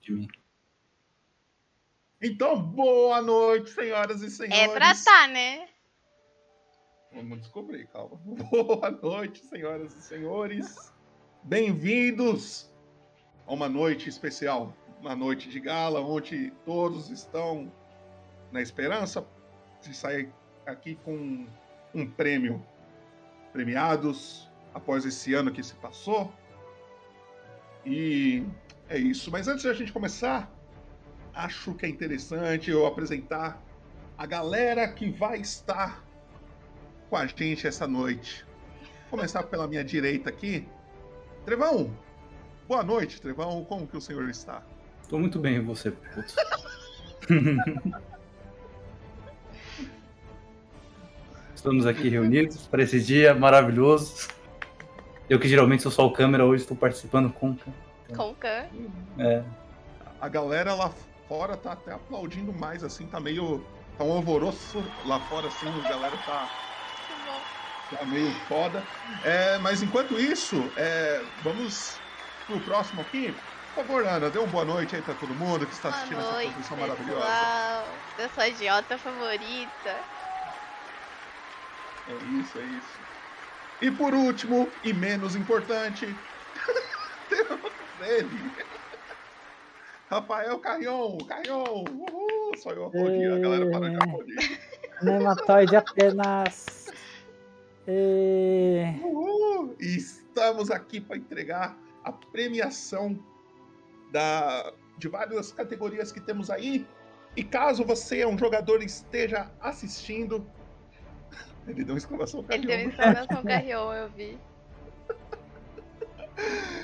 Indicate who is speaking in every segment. Speaker 1: de mim.
Speaker 2: Então, boa noite, senhoras e senhores.
Speaker 3: É pra tá, né?
Speaker 2: Vamos descobrir, calma. Boa noite, senhoras e senhores. Bem-vindos a uma noite especial, uma noite de gala, onde todos estão na esperança de sair aqui com um prêmio. Premiados após esse ano que se passou. E é isso. Mas antes da gente começar, acho que é interessante eu apresentar a galera que vai estar com a gente essa noite. Vou começar pela minha direita aqui. Trevão! Boa noite, Trevão. Como que o senhor está?
Speaker 1: Tô muito bem, e você, putz. Estamos aqui reunidos para esse dia maravilhoso. Eu que geralmente sou só o câmera, hoje estou participando com.
Speaker 3: Com o Khan.
Speaker 1: É,
Speaker 2: A galera lá fora tá até aplaudindo mais, assim, tá meio. Tá um alvoroço lá fora, assim, a galera tá.
Speaker 3: Muito bom.
Speaker 2: Tá meio foda. É, mas enquanto isso, é, vamos pro próximo aqui. Por favor, Ana, dê uma boa noite aí pra todo mundo que está
Speaker 1: Tá
Speaker 2: assistindo
Speaker 3: Boa
Speaker 2: essa
Speaker 3: noite,
Speaker 2: transmissão maravilhosa.
Speaker 3: pessoal. Da sua idiota favorita.
Speaker 2: É isso, é isso. E por último, e menos importante, temos ele. Rafael Carrion, Carrion, uhul, só eu aplaudir, a galera para de aplaudir.
Speaker 4: Nematóide apenas. E...
Speaker 2: Uhul! E estamos aqui para entregar a premiação da, de várias categorias que temos aí. E caso você é um jogador e esteja assistindo. Ele deu uma exclamação
Speaker 1: Tá
Speaker 3: Ele deu
Speaker 2: carioca.
Speaker 3: informação carrion, eu vi.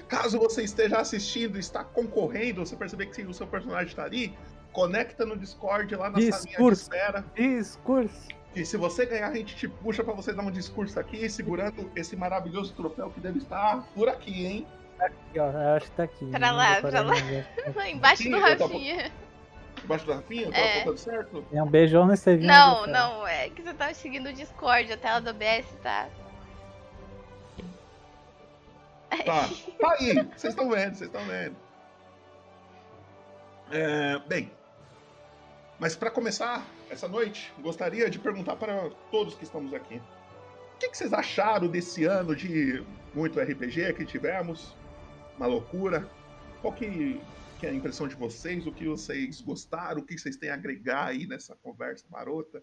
Speaker 2: Caso você esteja assistindo e está concorrendo, você perceber que o seu personagem está ali, conecta no Discord lá na salinha de
Speaker 4: Discurso.
Speaker 2: espera.
Speaker 4: Discurso.
Speaker 2: E se você ganhar, a gente te puxa para você dar um discurso aqui, segurando esse maravilhoso troféu que deve estar por aqui, hein?
Speaker 4: Aqui, ó, eu acho que tá aqui.
Speaker 3: Pra
Speaker 4: não
Speaker 3: lá,
Speaker 4: deu
Speaker 3: pra lá.
Speaker 4: ver.
Speaker 3: Embaixo do
Speaker 2: Sim, eu tava-
Speaker 3: Rafinha.
Speaker 2: Embaixo da Rafinha, tá
Speaker 3: É.
Speaker 2: apontando certo?
Speaker 4: É um beijão nesse serviço.
Speaker 1: tá.
Speaker 3: Não, não, é que você tá seguindo o Discord, a tela do OBS tá.
Speaker 2: Tá. Tá aí. Vocês estão vendo, vocês estão vendo. É, bem. Mas para começar essa noite, gostaria de perguntar para todos que estamos aqui. O que, que vocês acharam desse ano de muito RPG que tivemos? Uma loucura. Qual que, que é a impressão de vocês? O que vocês gostaram? O que vocês têm a agregar aí nessa conversa marota?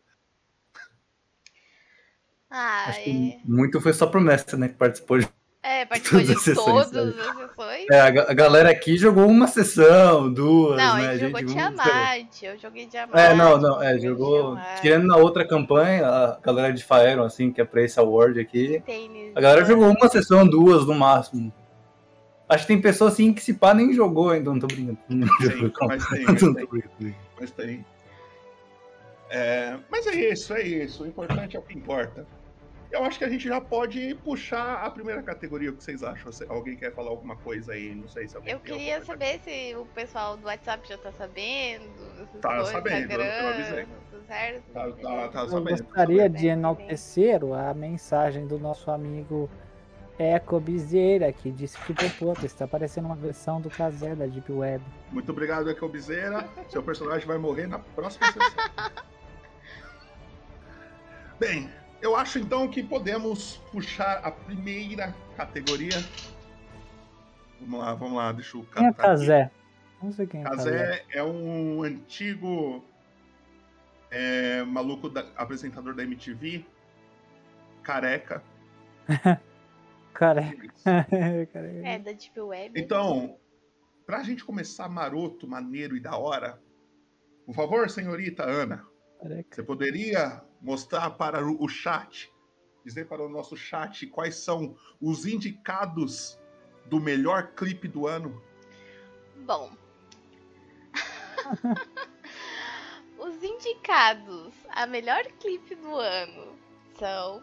Speaker 3: Ah,
Speaker 1: acho
Speaker 3: é.
Speaker 1: que muito foi só promessa, né? Que participou. de-
Speaker 3: É, participou de
Speaker 1: Todas as sessões,
Speaker 3: todas
Speaker 1: sabe?
Speaker 3: as sessões.
Speaker 1: É, a, ga- a galera aqui jogou uma sessão, duas,
Speaker 3: Não,
Speaker 1: né?
Speaker 3: ele jogou
Speaker 1: vamos-
Speaker 3: Tiamat, eu joguei Tiamat.
Speaker 1: É, não, não, é,
Speaker 3: eu joguei
Speaker 1: jogou.
Speaker 3: Tiamat,
Speaker 1: Tirando na outra campanha, a galera de Faeron, assim, que é pra esse award aqui,
Speaker 3: Tênis.
Speaker 1: a galera jogou uma sessão, duas no máximo. Acho que tem pessoa assim que se pá nem jogou ainda, não tô brincando. Não jogou,
Speaker 2: Tem,
Speaker 1: calma.
Speaker 2: mas tem,
Speaker 1: Não
Speaker 2: mas
Speaker 1: tô
Speaker 2: tem.
Speaker 1: brincando.
Speaker 2: Mas tem. É, mas é isso, é isso. O importante é o que importa. Eu acho que a gente já pode puxar a primeira categoria. O que vocês acham? Se Alguém quer falar alguma coisa aí? Não sei se alguém
Speaker 3: Eu
Speaker 2: tem
Speaker 3: queria
Speaker 2: alguma coisa.
Speaker 3: saber se o pessoal do WhatsApp já tá sabendo. se
Speaker 2: Tá
Speaker 3: foi no
Speaker 2: sabendo, eu avisei.
Speaker 3: Instagram, tudo certo?
Speaker 2: Tá, tá, tá
Speaker 4: Eu
Speaker 2: sabendo.
Speaker 4: gostaria
Speaker 3: Tudo
Speaker 4: de
Speaker 3: bem, tudo
Speaker 4: enaltecer a mensagem do nosso amigo Eco Bizeira, que disse que o Popoto está parecendo uma versão do Kazé da Deep Web.
Speaker 2: Muito obrigado, Ekel Bezerra. Seu personagem vai morrer na próxima sessão. Bem, eu acho então que podemos puxar a primeira categoria. Vamos lá, vamos lá. Deixa o
Speaker 4: Quem é
Speaker 5: Tá
Speaker 2: cara.
Speaker 4: Kazé? Não sei quem é Kazé.
Speaker 2: Kazé é um antigo é, maluco da- apresentador da MTV, careca.
Speaker 4: Cara, cara,
Speaker 3: É, da Deep Web.
Speaker 2: Então, pra gente começar maroto, maneiro e da hora, por favor, senhorita Ana,
Speaker 4: careca.
Speaker 2: você poderia mostrar para o o chat, dizer para o nosso chat quais são os indicados do melhor clipe do ano?
Speaker 3: Bom. Os indicados a melhor clipe do ano são.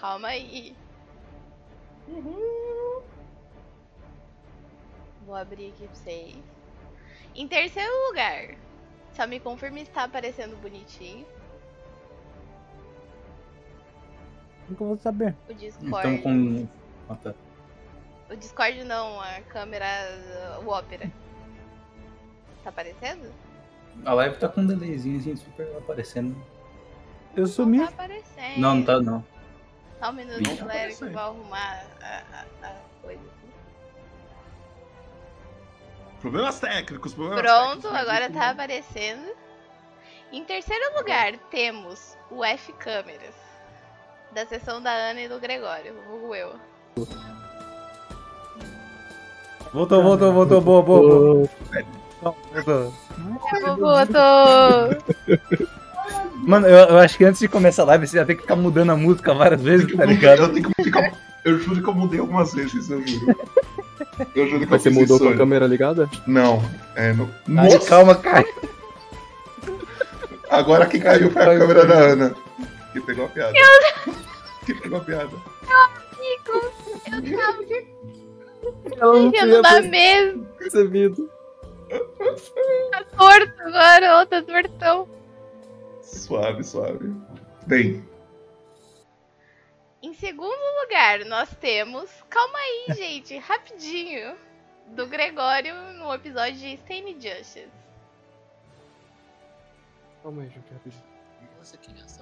Speaker 3: Calma aí. Uhum. Vou abrir aqui pra vocês. Em terceiro lugar. Só me confirme se tá aparecendo bonitinho.
Speaker 4: Como que eu vou saber?
Speaker 3: O Discord.
Speaker 1: Então com. Ah, tá.
Speaker 3: O Discord não, a câmera. O Opera. Tá aparecendo?
Speaker 1: A live tá com um delayzinho assim, super aparecendo.
Speaker 4: Eu sumi.
Speaker 3: Não tá aparecendo.
Speaker 1: Não, não tá não.
Speaker 3: Só um minuto,
Speaker 1: Não
Speaker 3: galera, que
Speaker 1: tá
Speaker 3: eu
Speaker 2: aparecendo.
Speaker 3: vou arrumar a, a- a coisa aqui.
Speaker 2: Problemas técnicos, problemas
Speaker 3: Pronto,
Speaker 2: técnicos, mas
Speaker 3: agora
Speaker 2: isso
Speaker 3: tá
Speaker 2: não- é
Speaker 3: aparecendo. Em terceiro lugar, temos o F Câmeras. Da sessão da Ana e do Gregório, vulgo eu.
Speaker 6: Voltou, voltou, voltou. Boa, boa, boa. Voltou.
Speaker 3: Voto!
Speaker 6: Mano, eu, eu acho que antes de começar a live você ia ter que ficar mudando a música várias
Speaker 2: Eu tenho
Speaker 6: vezes,
Speaker 2: que
Speaker 6: tá
Speaker 2: mudar-
Speaker 6: ligado?
Speaker 2: Eu, tenho que ficar- eu juro que eu mudei algumas vezes, eu juro. Eu juro que eu
Speaker 5: Mas você
Speaker 2: fiz
Speaker 5: mudou
Speaker 2: isso
Speaker 5: com a
Speaker 2: antes.
Speaker 5: câmera ligada?
Speaker 2: Não, é, não.
Speaker 6: Ai, calma, cara.
Speaker 2: Agora quem caiu foi a
Speaker 6: Ai,
Speaker 2: câmera
Speaker 6: meu
Speaker 2: da Ana. Que pegou a piada. Que pegou a piada.
Speaker 6: Ela não
Speaker 3: Ficando
Speaker 6: tinha
Speaker 3: da mesa,
Speaker 6: percebido.
Speaker 3: tá torto agora, ó, tá tortão.
Speaker 2: Suave, suave. Bem,
Speaker 3: Em segundo lugar, nós temos. Calma aí, gente, rapidinho. Do Gregório no episódio de Stain Justice.
Speaker 5: Calma aí, gente, rapidinho.
Speaker 7: Nossa, criança.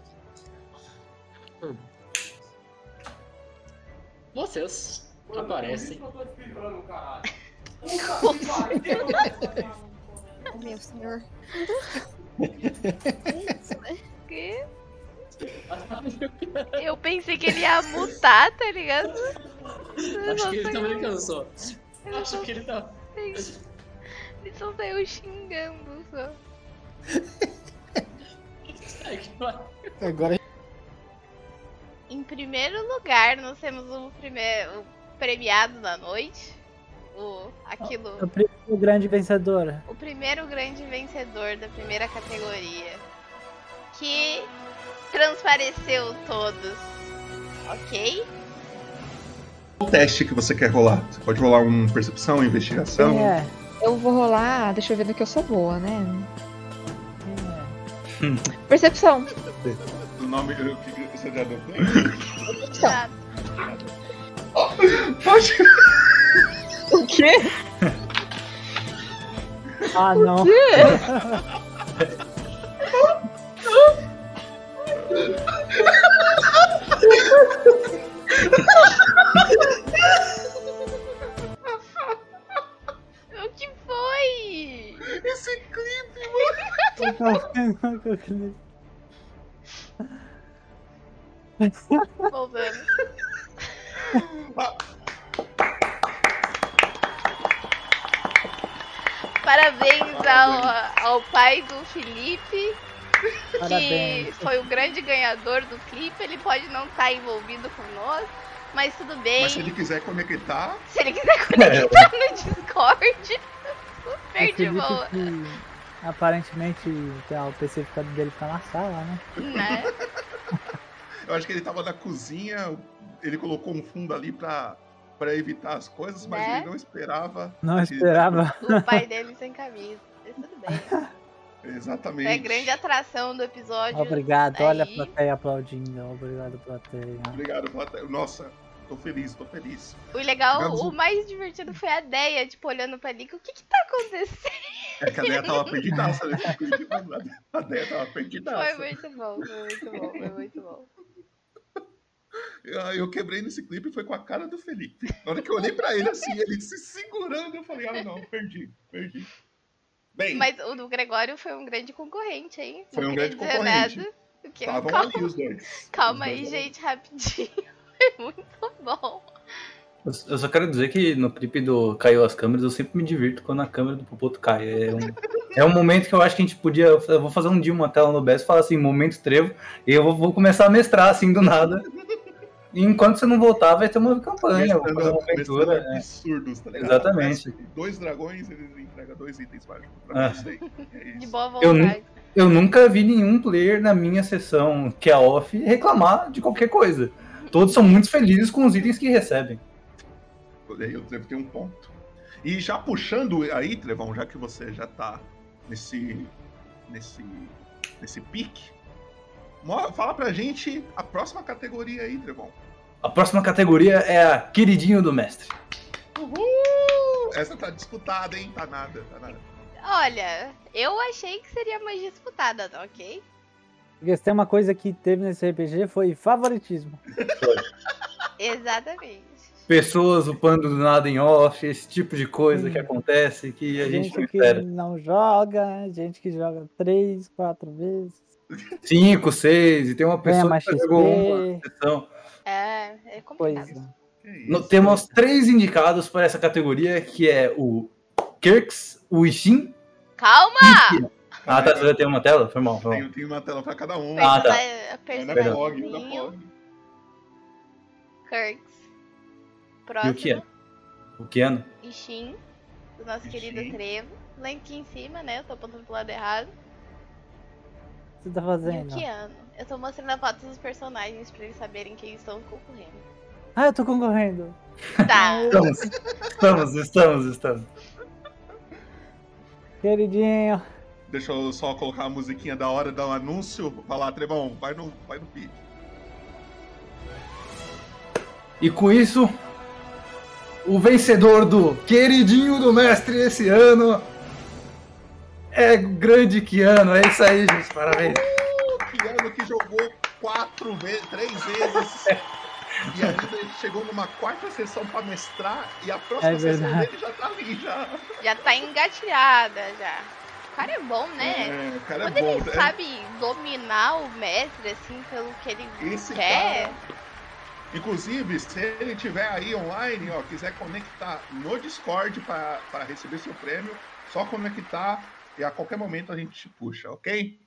Speaker 7: Hum. Vocês aparecem.
Speaker 8: Oh, meu senhor.
Speaker 3: Que? Eu pensei que ele ia mutar, tá ligado?
Speaker 7: Acho que ele
Speaker 3: Nossa,
Speaker 7: tá também cansou.
Speaker 3: eu não
Speaker 7: Acho que ele tá.
Speaker 3: sei. Ele só saiu xingando só.
Speaker 7: Ai, que mar-
Speaker 5: Agora
Speaker 3: Em primeiro lugar, nós temos o primeiro o premiado da noite. O,
Speaker 4: O
Speaker 3: aquilo,
Speaker 4: primeiro grande vencedor.
Speaker 3: o primeiro grande vencedor da primeira categoria. Que transpareceu todos. Ok?
Speaker 2: o teste que você quer rolar. Você pode rolar um percepção, investigação.
Speaker 4: Quem é?
Speaker 8: Eu vou rolar. Deixa eu ver no que eu sou boa, né?
Speaker 4: Quem é?
Speaker 8: Percepção.
Speaker 2: O nome eu- que você já deu.
Speaker 8: Percepção.
Speaker 3: Ah,
Speaker 2: Então. Pode.
Speaker 8: O quê?
Speaker 4: Ah, não.
Speaker 3: o que foi?
Speaker 2: Esse clipe.
Speaker 4: Eu tô vendo que eu cliquei.
Speaker 3: Voltando. Parabéns ao, ao pai do Felipe, que
Speaker 4: Parabéns.
Speaker 3: foi o grande ganhador do clipe. Ele pode não estar envolvido com nós, mas tudo bem.
Speaker 2: Mas se ele quiser conectar,
Speaker 3: Se ele quiser conectar no Discord, super
Speaker 4: O
Speaker 3: de
Speaker 4: Felipe
Speaker 3: boa,
Speaker 4: que, aparentemente tá, o PC ficado dele fica na sala, né?
Speaker 3: né?
Speaker 2: eu acho que ele tava na cozinha, ele colocou um fundo ali pra, pra evitar as coisas, mas
Speaker 3: Né?
Speaker 2: ele não esperava.
Speaker 4: Não
Speaker 2: que-
Speaker 4: esperava.
Speaker 3: É, O pai dele sem camisa. Mas tudo bem.
Speaker 2: Exatamente.
Speaker 3: É a grande atração do episódio.
Speaker 4: Obrigado, olha a
Speaker 3: tá aí.
Speaker 4: plateia aplaudindo. Obrigado, plateia.
Speaker 2: Obrigado, Bota. Nossa, tô feliz, tô feliz.
Speaker 3: O legal,
Speaker 2: Tivemos
Speaker 3: o
Speaker 2: um-
Speaker 3: mais divertido foi a Deia, tipo, olhando pra Nick, o que que tá acontecendo?
Speaker 2: É que a Deia tava perdidaça, né? A Deia tava
Speaker 3: Foi
Speaker 2: perdidaça.
Speaker 3: muito bom, foi muito bom, foi muito bom.
Speaker 2: Eu, eu quebrei nesse clipe foi com a cara do Felipe. Na hora que eu olhei pra ele assim, ele se segurando, eu falei, ah, não, perdi, perdi. Bem,
Speaker 3: Mas o do Gregório foi um grande concorrente, hein?
Speaker 2: Foi
Speaker 3: Não
Speaker 2: um
Speaker 3: queria
Speaker 2: grande
Speaker 3: dizer
Speaker 2: concorrente.
Speaker 3: nada, porque-
Speaker 2: estavam
Speaker 3: calma,
Speaker 2: ali os dois.
Speaker 3: um calma
Speaker 2: Os
Speaker 3: aí,
Speaker 2: dois
Speaker 3: gente, rapidinho. Foi muito bom.
Speaker 1: Eu eu só quero dizer que no clipe do Caiu as Câmeras, eu sempre me divirto quando a câmera do Popoto cai. É um, é um momento que eu acho que a gente podia. Eu vou fazer um dia uma tela no BS e falar assim, momento trevo, e eu vou, vou começar a mestrar assim do nada. E enquanto você não voltar, vai ter uma campanha, vai fazer uma
Speaker 2: Mestrando- mestrando
Speaker 1: aventura. né?
Speaker 2: absurdos, tá ligado?
Speaker 1: Exatamente.
Speaker 2: Parece Dois dragões, eles entregam dois itens mágicos pra
Speaker 1: Ah.
Speaker 2: você. É
Speaker 3: De
Speaker 2: isso.
Speaker 3: boa
Speaker 1: Eu
Speaker 3: vontade.
Speaker 1: Eu nunca vi nenhum player na minha sessão, que é off, reclamar de qualquer coisa. Todos são muito felizes com os itens que recebem.
Speaker 2: Aí o Trevo tem um ponto. E já puxando aí, Trevão, já que você já tá nesse. nesse. nesse pique, mo- fala pra gente a próxima categoria aí, Trevão.
Speaker 1: A próxima categoria é a Queridinho do Mestre.
Speaker 2: Uhul! Essa tá disputada, hein? Tá nada, tá nada.
Speaker 3: Olha, eu achei que seria mais disputada, tá ok?
Speaker 4: Porque se tem uma coisa que teve nesse RPG foi favoritismo.
Speaker 3: Exatamente.
Speaker 1: Pessoas upando do nada em off, esse tipo de coisa
Speaker 4: Hum.
Speaker 1: que acontece que a gente,
Speaker 4: gente
Speaker 1: não
Speaker 4: que
Speaker 1: espera.
Speaker 4: não joga, gente que joga três, quatro vezes,
Speaker 1: Cinco, seis, e tem uma
Speaker 4: ganha
Speaker 1: pessoa
Speaker 4: mais
Speaker 1: que só jogou uma
Speaker 4: XP,
Speaker 1: sessão.
Speaker 3: É, é complicado.
Speaker 4: coisa.
Speaker 2: Que isso?
Speaker 1: No- temos três indicados para essa categoria, que é o Kirks, o Ishin.
Speaker 3: Calma!
Speaker 1: Ah, tá, você já tem uma tela? Foi mal, foi mal.
Speaker 2: Tem, tem uma tela pra cada um.
Speaker 1: Ah, tá.
Speaker 3: Persona-
Speaker 2: Vai na
Speaker 1: perdão.
Speaker 2: POG, na
Speaker 3: Personagemzinho,
Speaker 2: POG.
Speaker 3: Kirks. Próximo,
Speaker 1: E o que é? O Keanu.
Speaker 3: Ishin, do nosso querido
Speaker 2: Ishin.
Speaker 3: Trevo. Lá aqui em cima, né? Eu tô apontando pro lado errado.
Speaker 4: o que você tá
Speaker 3: E o é?
Speaker 4: fazendo?
Speaker 3: Kiano. Eu tô mostrando a foto dos personagens pra eles saberem quem estão concorrendo.
Speaker 4: Ah, eu tô concorrendo.
Speaker 3: Tá.
Speaker 1: Estamos, estamos, estamos, estamos.
Speaker 4: Queridinho.
Speaker 2: Deixa eu só colocar a musiquinha da hora do anúncio. Vai lá, Trevão, vai no, vai no pitch.
Speaker 1: E com isso, o vencedor do queridinho do mestre esse ano é o grande Keanu. É isso aí, gente. Parabéns.
Speaker 2: Piano que jogou quatro vezes, três vezes. E ainda ele chegou numa quarta sessão pra mestrar e a próxima
Speaker 4: É
Speaker 2: sessão
Speaker 4: verdade.
Speaker 2: dele já tá ali, já.
Speaker 3: Já tá engatilhada já. O cara é bom, né?
Speaker 2: É, o cara é
Speaker 3: Quando
Speaker 2: bom.
Speaker 3: ele
Speaker 2: né?
Speaker 3: sabe dominar o mestre, assim, pelo que ele
Speaker 2: Esse
Speaker 3: quer.
Speaker 2: cara. Inclusive, se ele tiver aí online, ó, quiser conectar no Discord pra pra receber seu prêmio, só conectar e a qualquer momento a gente te puxa, ok?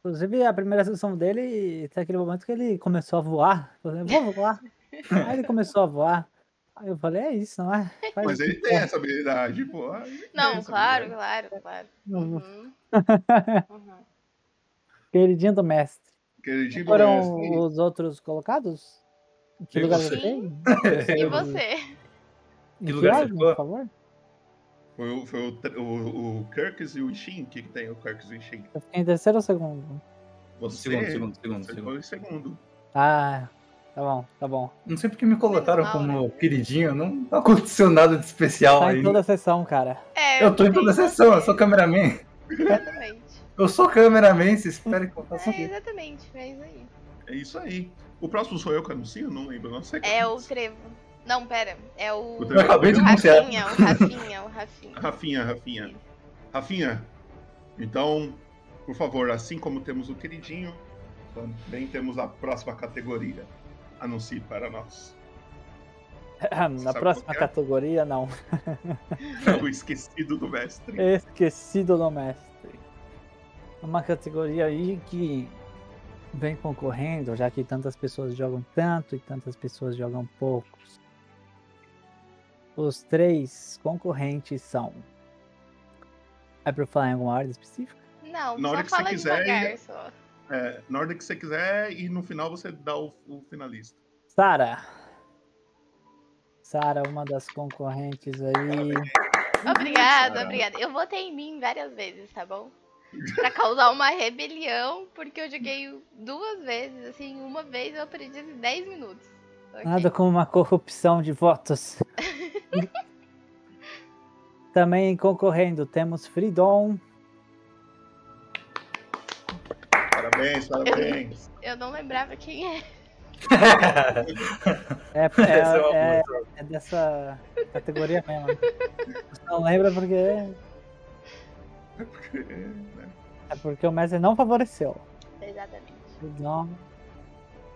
Speaker 4: Inclusive, a primeira sessão dele, tem aquele momento que ele começou a voar. Eu falei, vou voar. Aí ele começou a voar. Aí eu falei, é isso, não é? Faz
Speaker 2: Mas
Speaker 4: isso,
Speaker 2: ele tem essa habilidade, pô. ele tem
Speaker 3: Não,
Speaker 2: essa
Speaker 3: claro,
Speaker 2: habilidade.
Speaker 3: claro, claro.
Speaker 4: porra.
Speaker 3: Uhum. Uhum.
Speaker 4: Queridinho do mestre.
Speaker 2: Queridinho do
Speaker 4: um
Speaker 2: mestre.
Speaker 4: Foram os outros colocados? Em Que
Speaker 1: Eu
Speaker 4: lugar
Speaker 1: sei.
Speaker 4: você tem?
Speaker 1: É,
Speaker 3: E você?
Speaker 1: Que lugar você ficou?
Speaker 4: por favor?
Speaker 2: Foi, o- foi o, tr- o, o Kirkus e o Shin. O que, que tem o Kirkus e o Shin?
Speaker 4: Eu fiquei em terceiro ou segundo?
Speaker 2: Você
Speaker 1: Segundo, segundo, segundo,
Speaker 2: você
Speaker 1: segundo.
Speaker 2: foi o segundo.
Speaker 4: Ah, tá bom, tá bom.
Speaker 1: Não sei porque me colocaram como
Speaker 3: né?
Speaker 1: queridinho, não tá acontecendo nada de especial
Speaker 4: Tá
Speaker 1: aí.
Speaker 4: em toda a sessão, cara.
Speaker 3: É,
Speaker 1: Eu tô em toda a
Speaker 3: sei.
Speaker 1: sessão, eu sou cameraman.
Speaker 3: Exatamente.
Speaker 1: Eu sou cameraman, vocês esperam que eu faça o
Speaker 3: É,
Speaker 1: quê?
Speaker 3: exatamente, é isso aí.
Speaker 2: É isso aí. O próximo sou eu que anuncio? Não lembro. Não sei
Speaker 3: É
Speaker 2: quem
Speaker 3: o Trevo. Não, pera. É o.
Speaker 2: O
Speaker 1: Eu
Speaker 2: Trevo.
Speaker 1: acabei de
Speaker 3: O
Speaker 1: anunciar.
Speaker 3: Rafinha, o Rafinha, o Rafinha.
Speaker 2: Rafinha, Rafinha. Rafinha, então, por favor, assim como temos o queridinho, também temos a próxima categoria. Anuncie para nós.
Speaker 4: Na
Speaker 2: Sabe
Speaker 4: próxima
Speaker 2: qual que é?
Speaker 4: categoria, não.
Speaker 2: o esquecido do mestre.
Speaker 4: Esquecido do mestre. É Uma categoria aí que vem concorrendo, já que tantas pessoas jogam tanto e tantas pessoas jogam poucos. Os três concorrentes são. É pra eu falar em alguma ordem específica?
Speaker 3: Não,
Speaker 2: Na hora
Speaker 3: só
Speaker 2: que você
Speaker 3: fala
Speaker 2: quiser,
Speaker 3: devagar
Speaker 2: ele-
Speaker 3: só.
Speaker 2: É, na ordem que você quiser e no final você dá o, o finalista.
Speaker 4: Sara. Sara, uma das concorrentes aí.
Speaker 3: Obrigada,
Speaker 2: Sara.
Speaker 3: obrigada. Eu votei em mim várias vezes, tá bom? Pra causar uma rebelião, porque eu joguei duas vezes, assim, uma vez eu perdi 10 minutos. Ok?
Speaker 4: Nada como uma corrupção de votos. Também concorrendo, temos Freedom.
Speaker 2: Parabéns, parabéns.
Speaker 3: Eu não lembrava quem é.
Speaker 4: É,
Speaker 1: Essa é uma
Speaker 4: é, é- é dessa categoria mesmo. Você não lembra porque. É porque o mestre não favoreceu.
Speaker 3: Exatamente.
Speaker 4: Freedom.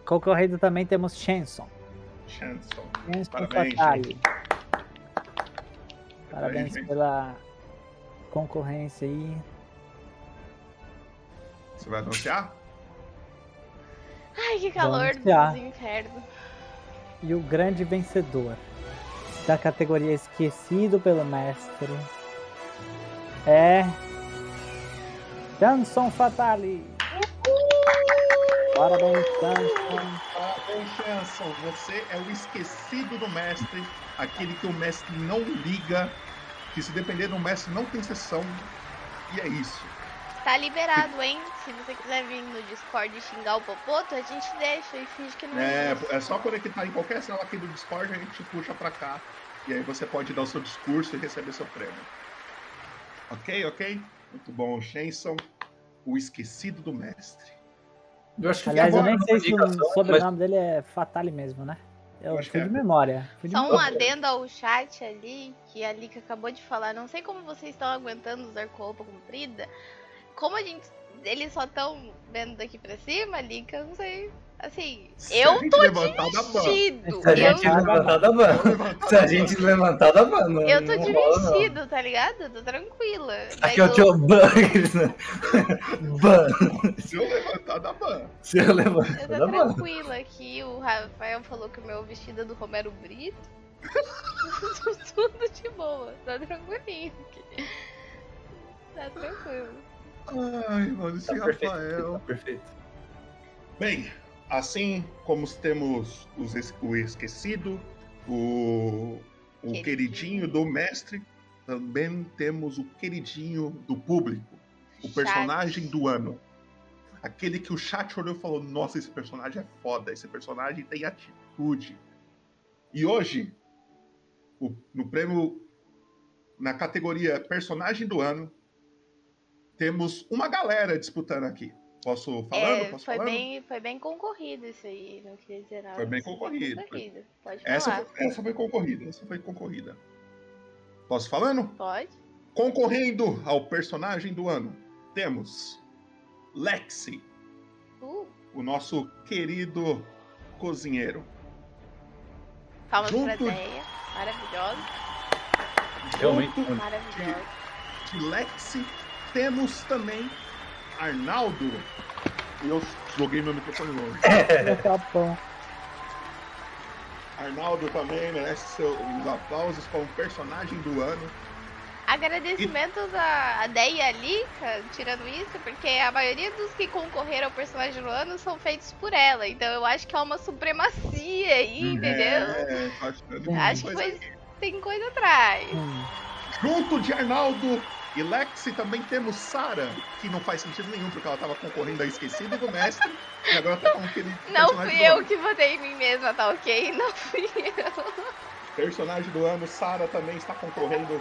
Speaker 4: Concorrendo também temos Shenson.
Speaker 2: Chanson.
Speaker 4: Shenson
Speaker 2: Parabéns,
Speaker 4: Fatale. Parabéns
Speaker 2: gente.
Speaker 4: pela concorrência aí.
Speaker 2: Você vai anunciar?
Speaker 3: Ai, que calor
Speaker 4: anunciar.
Speaker 3: dos infernos.
Speaker 4: E o grande vencedor da categoria Esquecido pelo Mestre é. Danson Fatale! Parabéns, Danson!
Speaker 2: Parabéns, Chanson. Você é o esquecido do mestre, aquele que o mestre não liga, que se depender do mestre não tem sessão. E é isso.
Speaker 3: Tá liberado, hein? Se você quiser vir no Discord e xingar o Popoto, a gente deixa e finge que não
Speaker 2: É,
Speaker 3: existe.
Speaker 2: é só conectar em qualquer sala aqui do Discord, a gente te puxa pra cá. E aí você pode dar o seu discurso e receber seu prêmio. Ok, ok. Muito bom, Shenson. O esquecido do mestre.
Speaker 1: Eu acho que
Speaker 4: Aliás, eu
Speaker 1: fica
Speaker 4: nem
Speaker 1: boa
Speaker 4: sei se
Speaker 1: indicação,
Speaker 4: o sobrenome dele é Fatale mesmo, né? Eu,
Speaker 2: Eu acho
Speaker 4: fui
Speaker 2: que
Speaker 4: de
Speaker 2: é.
Speaker 4: memória. Fui de
Speaker 3: Só um
Speaker 4: memória.
Speaker 3: adendo ao chat ali, que a Lika acabou de falar. Não sei como vocês estão aguentando usar com roupa comprida. Como a gente. Eles só estão vendo daqui pra cima, Lika, eu não sei. Assim, eu
Speaker 2: tô levantar da ban.
Speaker 3: divertido.
Speaker 1: Se a gente
Speaker 3: Eu,
Speaker 1: levantar da van. Se a gente levantar da van. não-
Speaker 3: eu tô
Speaker 1: não rola, não.
Speaker 3: divertido, tá ligado? Eu Tô tranquila. Mas
Speaker 1: Aqui é o
Speaker 3: o-
Speaker 1: tio Ban. aqueles, né? Ban.
Speaker 2: Se eu levantar da ban.
Speaker 1: Se eu levantar
Speaker 3: Eu
Speaker 1: da
Speaker 3: tô
Speaker 1: van.
Speaker 3: tranquila aqui. O Rafael falou que o meu vestido é do Romero Brito. Tô Tudo de boa. Tá tranquilinho aqui. Tá tranquilo.
Speaker 2: Ai, mano, esse
Speaker 1: Tá perfeito.
Speaker 2: Rafael.
Speaker 1: Tá perfeito.
Speaker 2: Bem, assim como temos os es- o esquecido, o, o
Speaker 3: Queridinho.
Speaker 2: queridinho do mestre, também temos o queridinho do público, o
Speaker 3: Chat.
Speaker 2: personagem do ano. Aquele que o chat olhou e falou: Nossa, esse personagem é foda, esse personagem tem atitude. E hoje, o- no prêmio, na categoria personagem do ano, temos uma galera disputando aqui. Posso falando?
Speaker 3: É,
Speaker 2: Posso
Speaker 3: foi,
Speaker 2: falando?
Speaker 3: bem, foi bem concorrido isso aí. Não queria dizer nada.
Speaker 2: Foi bem
Speaker 3: mas
Speaker 2: concorrido, foi-
Speaker 3: concorrido. Pode falar.
Speaker 2: Essa, foi- essa foi concorrida, essa foi concorrida. Posso ir falando?
Speaker 3: Pode?
Speaker 2: Concorrendo ao personagem do ano, temos Lexi,
Speaker 3: Uh,
Speaker 2: o nosso querido cozinheiro.
Speaker 3: palmas pra
Speaker 2: Junto-
Speaker 3: Deia. Maravilhosa.
Speaker 1: Realmente.
Speaker 3: Maravilhosa.
Speaker 2: De Lexi, temos também Arnaldo. Eu joguei meu microfone longe.
Speaker 4: Meu é capão.
Speaker 2: Arnaldo também merece seus aplausos como personagem do ano.
Speaker 3: Agradecimentos a a Deia e a Lika, tirando isso, porque a maioria dos que concorreram ao personagem do ano são feitos por ela. Então eu acho que há uma supremacia aí,
Speaker 1: Uhum.
Speaker 3: entendeu?
Speaker 2: É, tô achando que
Speaker 3: acho que
Speaker 2: coisa
Speaker 3: foi- tem coisa atrás.
Speaker 4: Hum.
Speaker 2: Junto de Arnaldo e Lexi também temos Sara, que não faz sentido nenhum, porque ela tava concorrendo a Esquecido do Mestre, e agora tá com aquele
Speaker 3: Não
Speaker 2: personagem
Speaker 3: fui
Speaker 2: do
Speaker 3: eu
Speaker 2: ano.
Speaker 3: que votei em mim mesma, tá ok? Não fui eu.
Speaker 2: Personagem do ano, Sara também está concorrendo.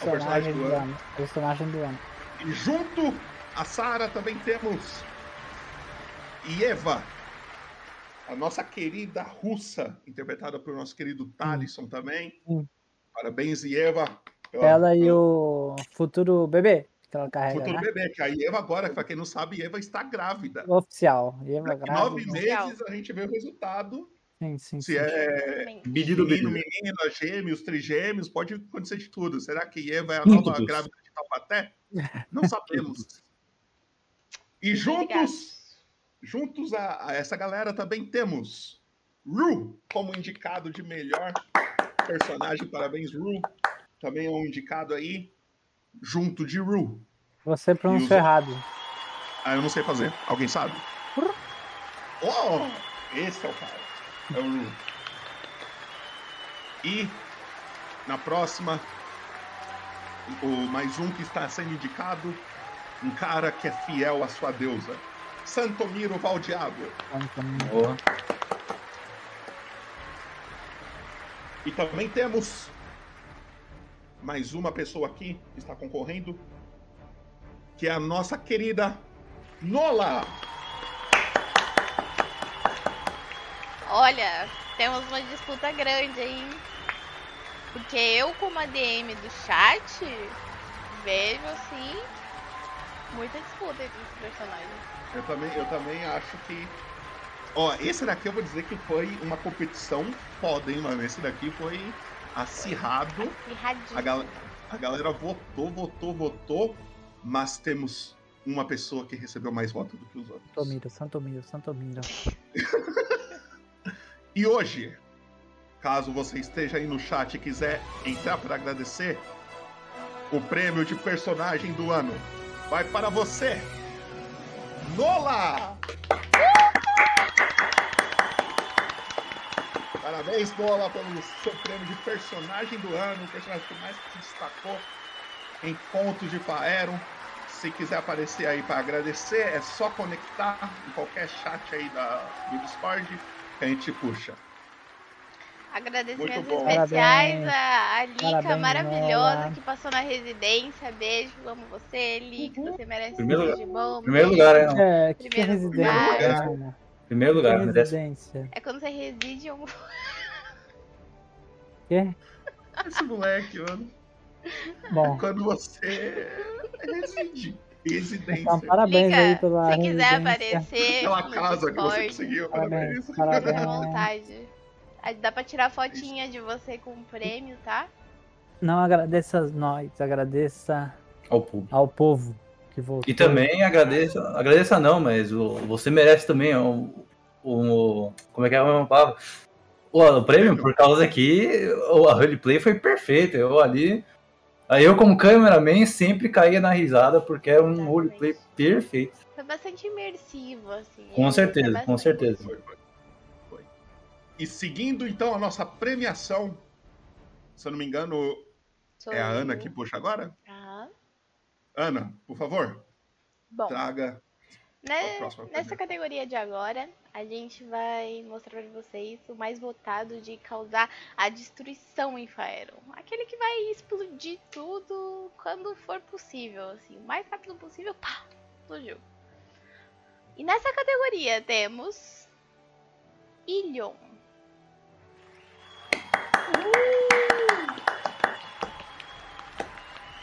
Speaker 4: Personagem do ano. Personagem do ano.
Speaker 2: E junto a Sara também temos Eva, a nossa querida russa, interpretada por nosso querido Talisson também.
Speaker 4: Hum.
Speaker 2: Parabéns, Eva.
Speaker 4: Ela e o futuro bebê que ela carrega,
Speaker 2: Futuro
Speaker 4: né?
Speaker 2: bebê, que a Eva agora, pra quem não sabe, Eva está grávida.
Speaker 4: Oficial. E ela
Speaker 2: Daqui
Speaker 4: grávida.
Speaker 2: nove
Speaker 3: Oficial.
Speaker 2: meses a gente vê o resultado.
Speaker 4: Sim, sim,
Speaker 2: Se
Speaker 4: sim.
Speaker 2: é
Speaker 1: Pedido
Speaker 2: menino,
Speaker 1: bebê.
Speaker 2: menina, gêmeos, trigêmeos, pode acontecer de tudo. Será que Eva é a
Speaker 1: Tudo.
Speaker 2: nova grávida de Taubaté? Não sabemos. E juntos,
Speaker 3: Obrigada.
Speaker 2: juntos a, a essa galera também temos Ru como indicado de melhor personagem. Parabéns, Ru. Também é um indicado aí. Junto de Ru.
Speaker 4: Você é
Speaker 2: E
Speaker 4: pronunciou
Speaker 2: os-
Speaker 4: errado.
Speaker 2: Ah, eu não sei fazer. Alguém sabe? Oh, esse é o cara. É o Ru. E na próxima, o mais um que está sendo indicado, um cara que é fiel à sua deusa. Santomiro Valdiabo.
Speaker 1: Boa.
Speaker 2: E também temos mais uma pessoa aqui que está concorrendo, que é a nossa querida Nola.
Speaker 3: Olha, temos uma disputa grande aí. hein? Porque eu, como a DM do chat, vejo assim. Muita disputa entre os personagens.
Speaker 2: Eu também, eu também acho que. Ó, esse daqui eu vou dizer que foi uma competição foda, hein, mano? Esse daqui foi acirrado.
Speaker 3: E
Speaker 2: A, gal- a galera votou, votou, votou. Mas temos uma pessoa que recebeu mais votos do que os outros.
Speaker 4: Santomiro, Santomiro, Santomiro.
Speaker 2: E hoje, caso você esteja aí no chat e quiser entrar para agradecer, o prêmio de personagem do ano vai para você, Nola! Parabéns, Nola, pelo seu prêmio de personagem do ano, o personagem que mais se destacou em Contos de Faeron. Se quiser aparecer aí para agradecer, é só conectar em qualquer chat aí da, do Discord que a gente puxa.
Speaker 3: Agradecimentos
Speaker 2: Muito bom.
Speaker 3: especiais
Speaker 4: Parabéns.
Speaker 3: à, à Lica
Speaker 4: Parabéns,
Speaker 3: maravilhosa
Speaker 4: Lola.
Speaker 3: que passou na residência. Beijo, amo você, Lica.
Speaker 4: Uhum.
Speaker 3: Você merece
Speaker 1: Primeiro
Speaker 3: tudo de bom.
Speaker 1: Primeiro
Speaker 3: beijo.
Speaker 1: lugar, hein?
Speaker 4: É, que, que é
Speaker 3: Primeiro
Speaker 4: residência? né?
Speaker 1: Primeiro
Speaker 4: Que
Speaker 1: lugar, É, merece.
Speaker 4: residência?
Speaker 3: É quando você reside em um.
Speaker 4: Quê?
Speaker 2: Esse moleque, mano.
Speaker 4: Bom,
Speaker 2: Quando você reside.
Speaker 4: então
Speaker 2: Residência.
Speaker 4: parabéns
Speaker 3: Lica,
Speaker 4: aí pela
Speaker 3: se quiser
Speaker 4: residência.
Speaker 3: aparecer.
Speaker 2: Aquela
Speaker 3: no
Speaker 2: casa que você
Speaker 3: Discord,
Speaker 2: conseguiu.
Speaker 4: Parabéns,
Speaker 2: Parabéns.
Speaker 3: Fica à
Speaker 4: parabéns.
Speaker 3: vontade. Ah, Dá pra tirar fotinha de você com o prêmio, tá?
Speaker 4: Não agradeça a nós, agradeça
Speaker 1: Ao público.
Speaker 4: ao povo que voltou.
Speaker 1: E também agradeça, agradeça não, mas o- você merece também o, o- como é que é a mesma palavra? O, o prêmio, por causa que o- a roleplay foi perfeita, eu ali, aí eu como cameraman sempre caía na risada, porque era um
Speaker 3: Exatamente.
Speaker 1: roleplay perfeito,
Speaker 3: Foi bastante imersivo, assim.
Speaker 1: com
Speaker 3: Foi
Speaker 1: certeza, com
Speaker 3: bastante-
Speaker 1: certeza.
Speaker 2: Foi, foi. Foi. E seguindo então a nossa premiação, se eu não me engano,
Speaker 3: Sou
Speaker 2: é a
Speaker 3: eu.
Speaker 2: Ana que puxa agora?
Speaker 3: Tá.
Speaker 2: Ana, por favor,
Speaker 3: Bom,
Speaker 2: traga
Speaker 3: né,
Speaker 2: a próxima
Speaker 3: Nessa
Speaker 2: premiação.
Speaker 3: categoria de agora, a gente vai mostrar pra vocês o mais votado de causar a destruição em Faeron. Aquele que vai explodir tudo quando for possível, assim, o mais rápido possível, pá, explodiu. E nessa categoria temos Ilion.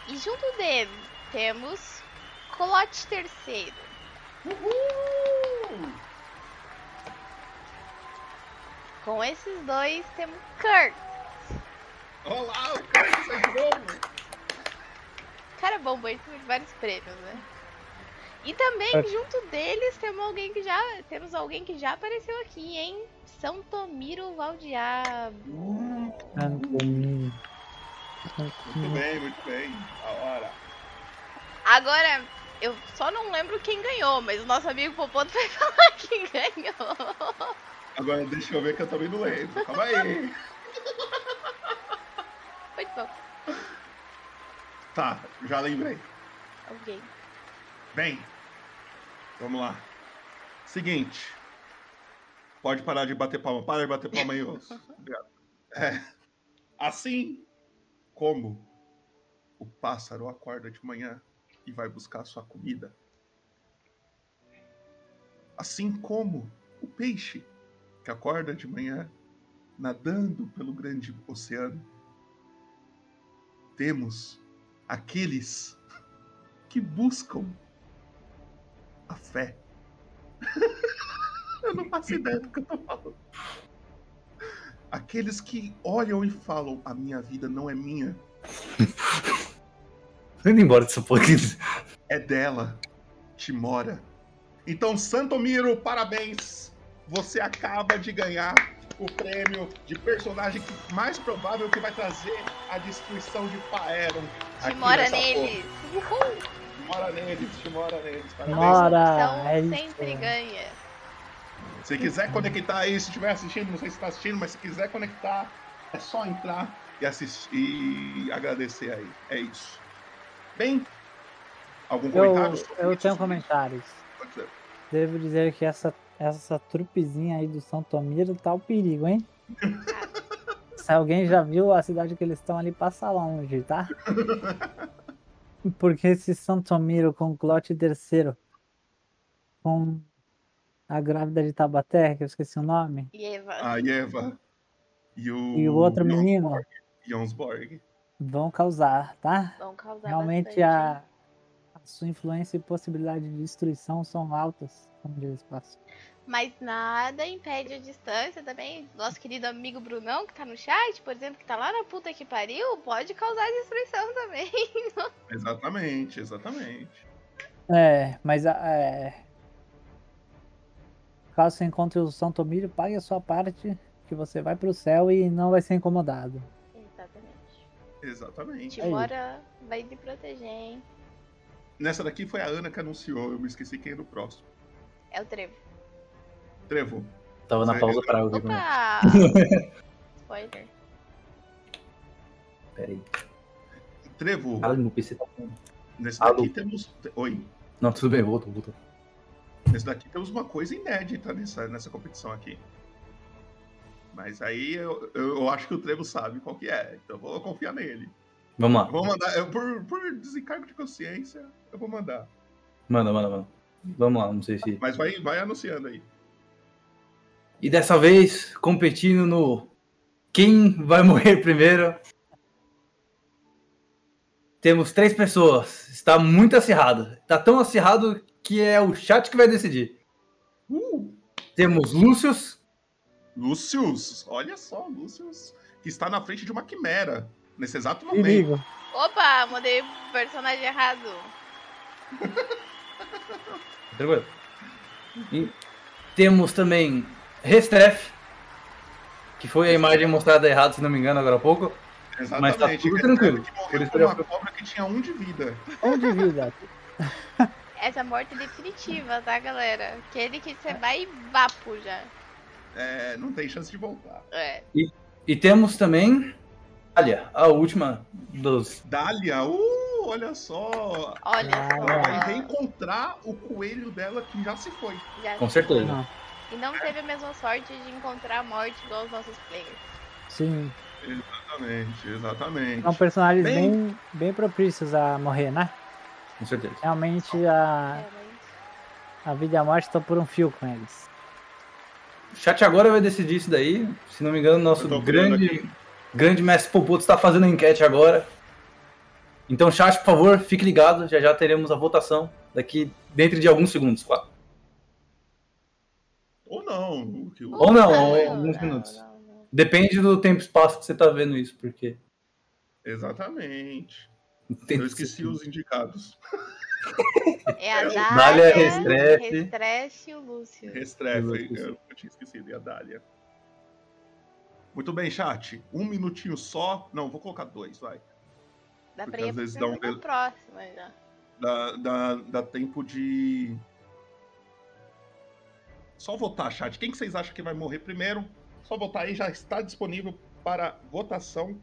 Speaker 3: E junto dele temos Colote terceiro. Com esses dois temos Kurt.
Speaker 2: Olá, o cara sai de novo.
Speaker 3: Cara bom, ele tem vários prêmios, né? E também
Speaker 4: É.
Speaker 3: junto deles temos alguém que já temos alguém que já apareceu aqui, hein? São Tomiro Valdiabo.
Speaker 4: Antonino. Hum.
Speaker 2: Muito bem, muito bem. A hora.
Speaker 3: Agora eu só não lembro quem ganhou, mas o nosso amigo Popoto vai falar quem ganhou.
Speaker 2: Agora deixa eu ver que eu também não lembro. Calma aí.
Speaker 3: Muito bom.
Speaker 2: Tá, já lembrei.
Speaker 3: Alguém.
Speaker 2: Bem, vamos lá. Seguinte. Pode parar de bater palma. Para de bater palma aí, ô. Obrigado. É. Assim como o pássaro acorda de manhã e vai buscar sua comida. Assim como o peixe que acorda de manhã nadando pelo grande oceano. Temos aqueles que buscam a fé. eu não faço ideia do que eu tô falando. Aqueles que olham e falam: a minha vida não é minha,
Speaker 1: Tô indo embora dessa porra.
Speaker 2: é dela, te mora. Então, Santomiro, parabéns! Você acaba de ganhar o prêmio de personagem que mais provável que vai trazer a destruição de Faeron.
Speaker 3: Que
Speaker 2: aqui
Speaker 3: mora
Speaker 2: nessa porra.
Speaker 3: neles. Uhul.
Speaker 2: Te mora neles, te mora neles. Parabéns.
Speaker 4: Mora!
Speaker 3: São
Speaker 4: é isso.
Speaker 3: sempre ganha.
Speaker 2: Se quiser conectar aí, se estiver assistindo, não sei se está assistindo, mas se quiser conectar, é só entrar e assistir e agradecer aí. É isso. Bem, algum
Speaker 4: Eu,
Speaker 2: comentário? sobre
Speaker 4: eu
Speaker 2: isso?
Speaker 4: tenho um comentários.
Speaker 2: Pode ser.
Speaker 4: Devo dizer que essa, essa trupezinha aí do São Tomiro tá o perigo, hein? Se alguém já viu a cidade que eles estão ali, passa longe, tá? Porque esse São Tomiro com Clote terceiro, com a grávida de Tabaté, que eu esqueci o nome,
Speaker 3: E Eva.
Speaker 2: A Eva e o,
Speaker 4: e o outro menino
Speaker 2: Jonsborg.
Speaker 4: vão causar,
Speaker 2: Ah,
Speaker 4: tá?
Speaker 3: Vão causar
Speaker 4: Realmente
Speaker 3: bastante.
Speaker 4: a, a sua influência e possibilidade de destruição são altas, como diz o espaço.
Speaker 3: Mas nada impede a distância também. Nosso querido amigo Brunão, que tá no chat, por exemplo, que tá lá na puta que pariu, pode causar destruição também.
Speaker 2: Exatamente, exatamente.
Speaker 4: É, mas a- é... caso você encontre o Santo Tomírio, pague a sua parte, que você vai pro céu e não vai ser incomodado.
Speaker 3: Exatamente.
Speaker 1: É
Speaker 2: Exatamente.
Speaker 4: Aí.
Speaker 3: Timora vai te proteger, hein?
Speaker 2: Nessa daqui foi a Ana que anunciou, eu me esqueci quem é do próximo.
Speaker 3: É o trevo.
Speaker 2: Trevo.
Speaker 1: Tava na pausa pra ouvir. né?
Speaker 3: Opa! Spoiler.
Speaker 1: Peraí.
Speaker 2: Trevo,
Speaker 1: Caralho, meu PC tá com-
Speaker 2: nesse
Speaker 1: alô.
Speaker 2: daqui temos. Oi.
Speaker 1: Não, tudo bem, voltou, voltou.
Speaker 2: Nesse daqui temos uma coisa inédita nessa, nessa competição aqui. Mas aí eu, eu, eu acho que o Trevo sabe qual que é. Então eu vou confiar nele.
Speaker 1: Vamos
Speaker 2: Eu
Speaker 1: lá.
Speaker 2: vou mandar, eu, por, por desencargo de consciência, eu vou mandar.
Speaker 1: Manda, manda, manda. Vamos lá, não sei se.
Speaker 2: Mas vai, vai anunciando aí.
Speaker 1: E dessa vez, competindo no quem vai morrer primeiro. Temos três pessoas. Está muito acirrado. Está tão acirrado que é o chat que vai decidir.
Speaker 2: Uh!
Speaker 1: Temos Lúcio,
Speaker 2: Lúcius, olha só, Lúcius, que está na frente de uma quimera nesse exato momento.
Speaker 4: Perigo.
Speaker 3: Opa, mandei personagem errado.
Speaker 1: Tranquilo. E temos também Restref, que foi a imagem mostrada errado, se não me engano, agora há pouco. Mas tá tudo
Speaker 2: que-
Speaker 1: tranquilo.
Speaker 2: Que
Speaker 1: Por
Speaker 2: morreu
Speaker 1: isso
Speaker 2: com
Speaker 1: que eu-
Speaker 2: uma cobra que tinha um de vida.
Speaker 4: Um de vida.
Speaker 3: Essa morte é definitiva, tá, galera? Aquele que você vai e vapo já.
Speaker 2: É, não tem chance de voltar.
Speaker 3: É.
Speaker 1: E temos também. Olha, a última dos.
Speaker 2: Dália, uh, olha só.
Speaker 3: Olha
Speaker 2: Ela vai
Speaker 3: só.
Speaker 2: reencontrar o coelho dela que já se foi.
Speaker 3: Já-
Speaker 1: Com certeza.
Speaker 4: Não.
Speaker 3: E não teve a mesma sorte de encontrar a morte igual os nossos players.
Speaker 4: Sim.
Speaker 2: Exatamente, exatamente.
Speaker 4: São personagens
Speaker 2: Bem-
Speaker 4: bem, bem propícios a morrer, né?
Speaker 1: Com certeza.
Speaker 4: Realmente a,
Speaker 3: É, mas-
Speaker 4: a vida e a morte estão por um fio com eles.
Speaker 1: O chat agora vai decidir isso daí. Se não me engano, nosso
Speaker 2: Eu tô
Speaker 1: grande, grande mestre Popoto está fazendo a enquete agora. Então, chat, por favor, fique ligado. Já já teremos a votação daqui dentro de alguns segundos. Claro.
Speaker 2: Ou não. o que-
Speaker 1: Ou não, ou
Speaker 3: não,
Speaker 1: alguns
Speaker 3: não,
Speaker 1: minutos.
Speaker 3: não, não.
Speaker 1: Depende do tempo e espaço que você está vendo isso, porque.
Speaker 2: Exatamente.
Speaker 1: tem-
Speaker 2: Eu esqueci os indicados.
Speaker 3: É a
Speaker 1: Dália,
Speaker 3: Dália,
Speaker 1: Restrefe.
Speaker 3: Restrefe e o Lúcio.
Speaker 2: Restrefa,
Speaker 1: Eu esqueci.
Speaker 2: eu, eu tinha esquecido, e a Dália. Muito bem, chat. Um minutinho só. Não, vou colocar dois, vai.
Speaker 3: Dá pra
Speaker 2: Porque
Speaker 3: ir
Speaker 2: às vezes dá um
Speaker 3: pensando na
Speaker 2: belo-
Speaker 3: próxima né? já.
Speaker 2: Dá, dá, dá tempo de. Só votar, chat. Quem que vocês acham que vai morrer primeiro? Só votar aí, já está disponível para votação.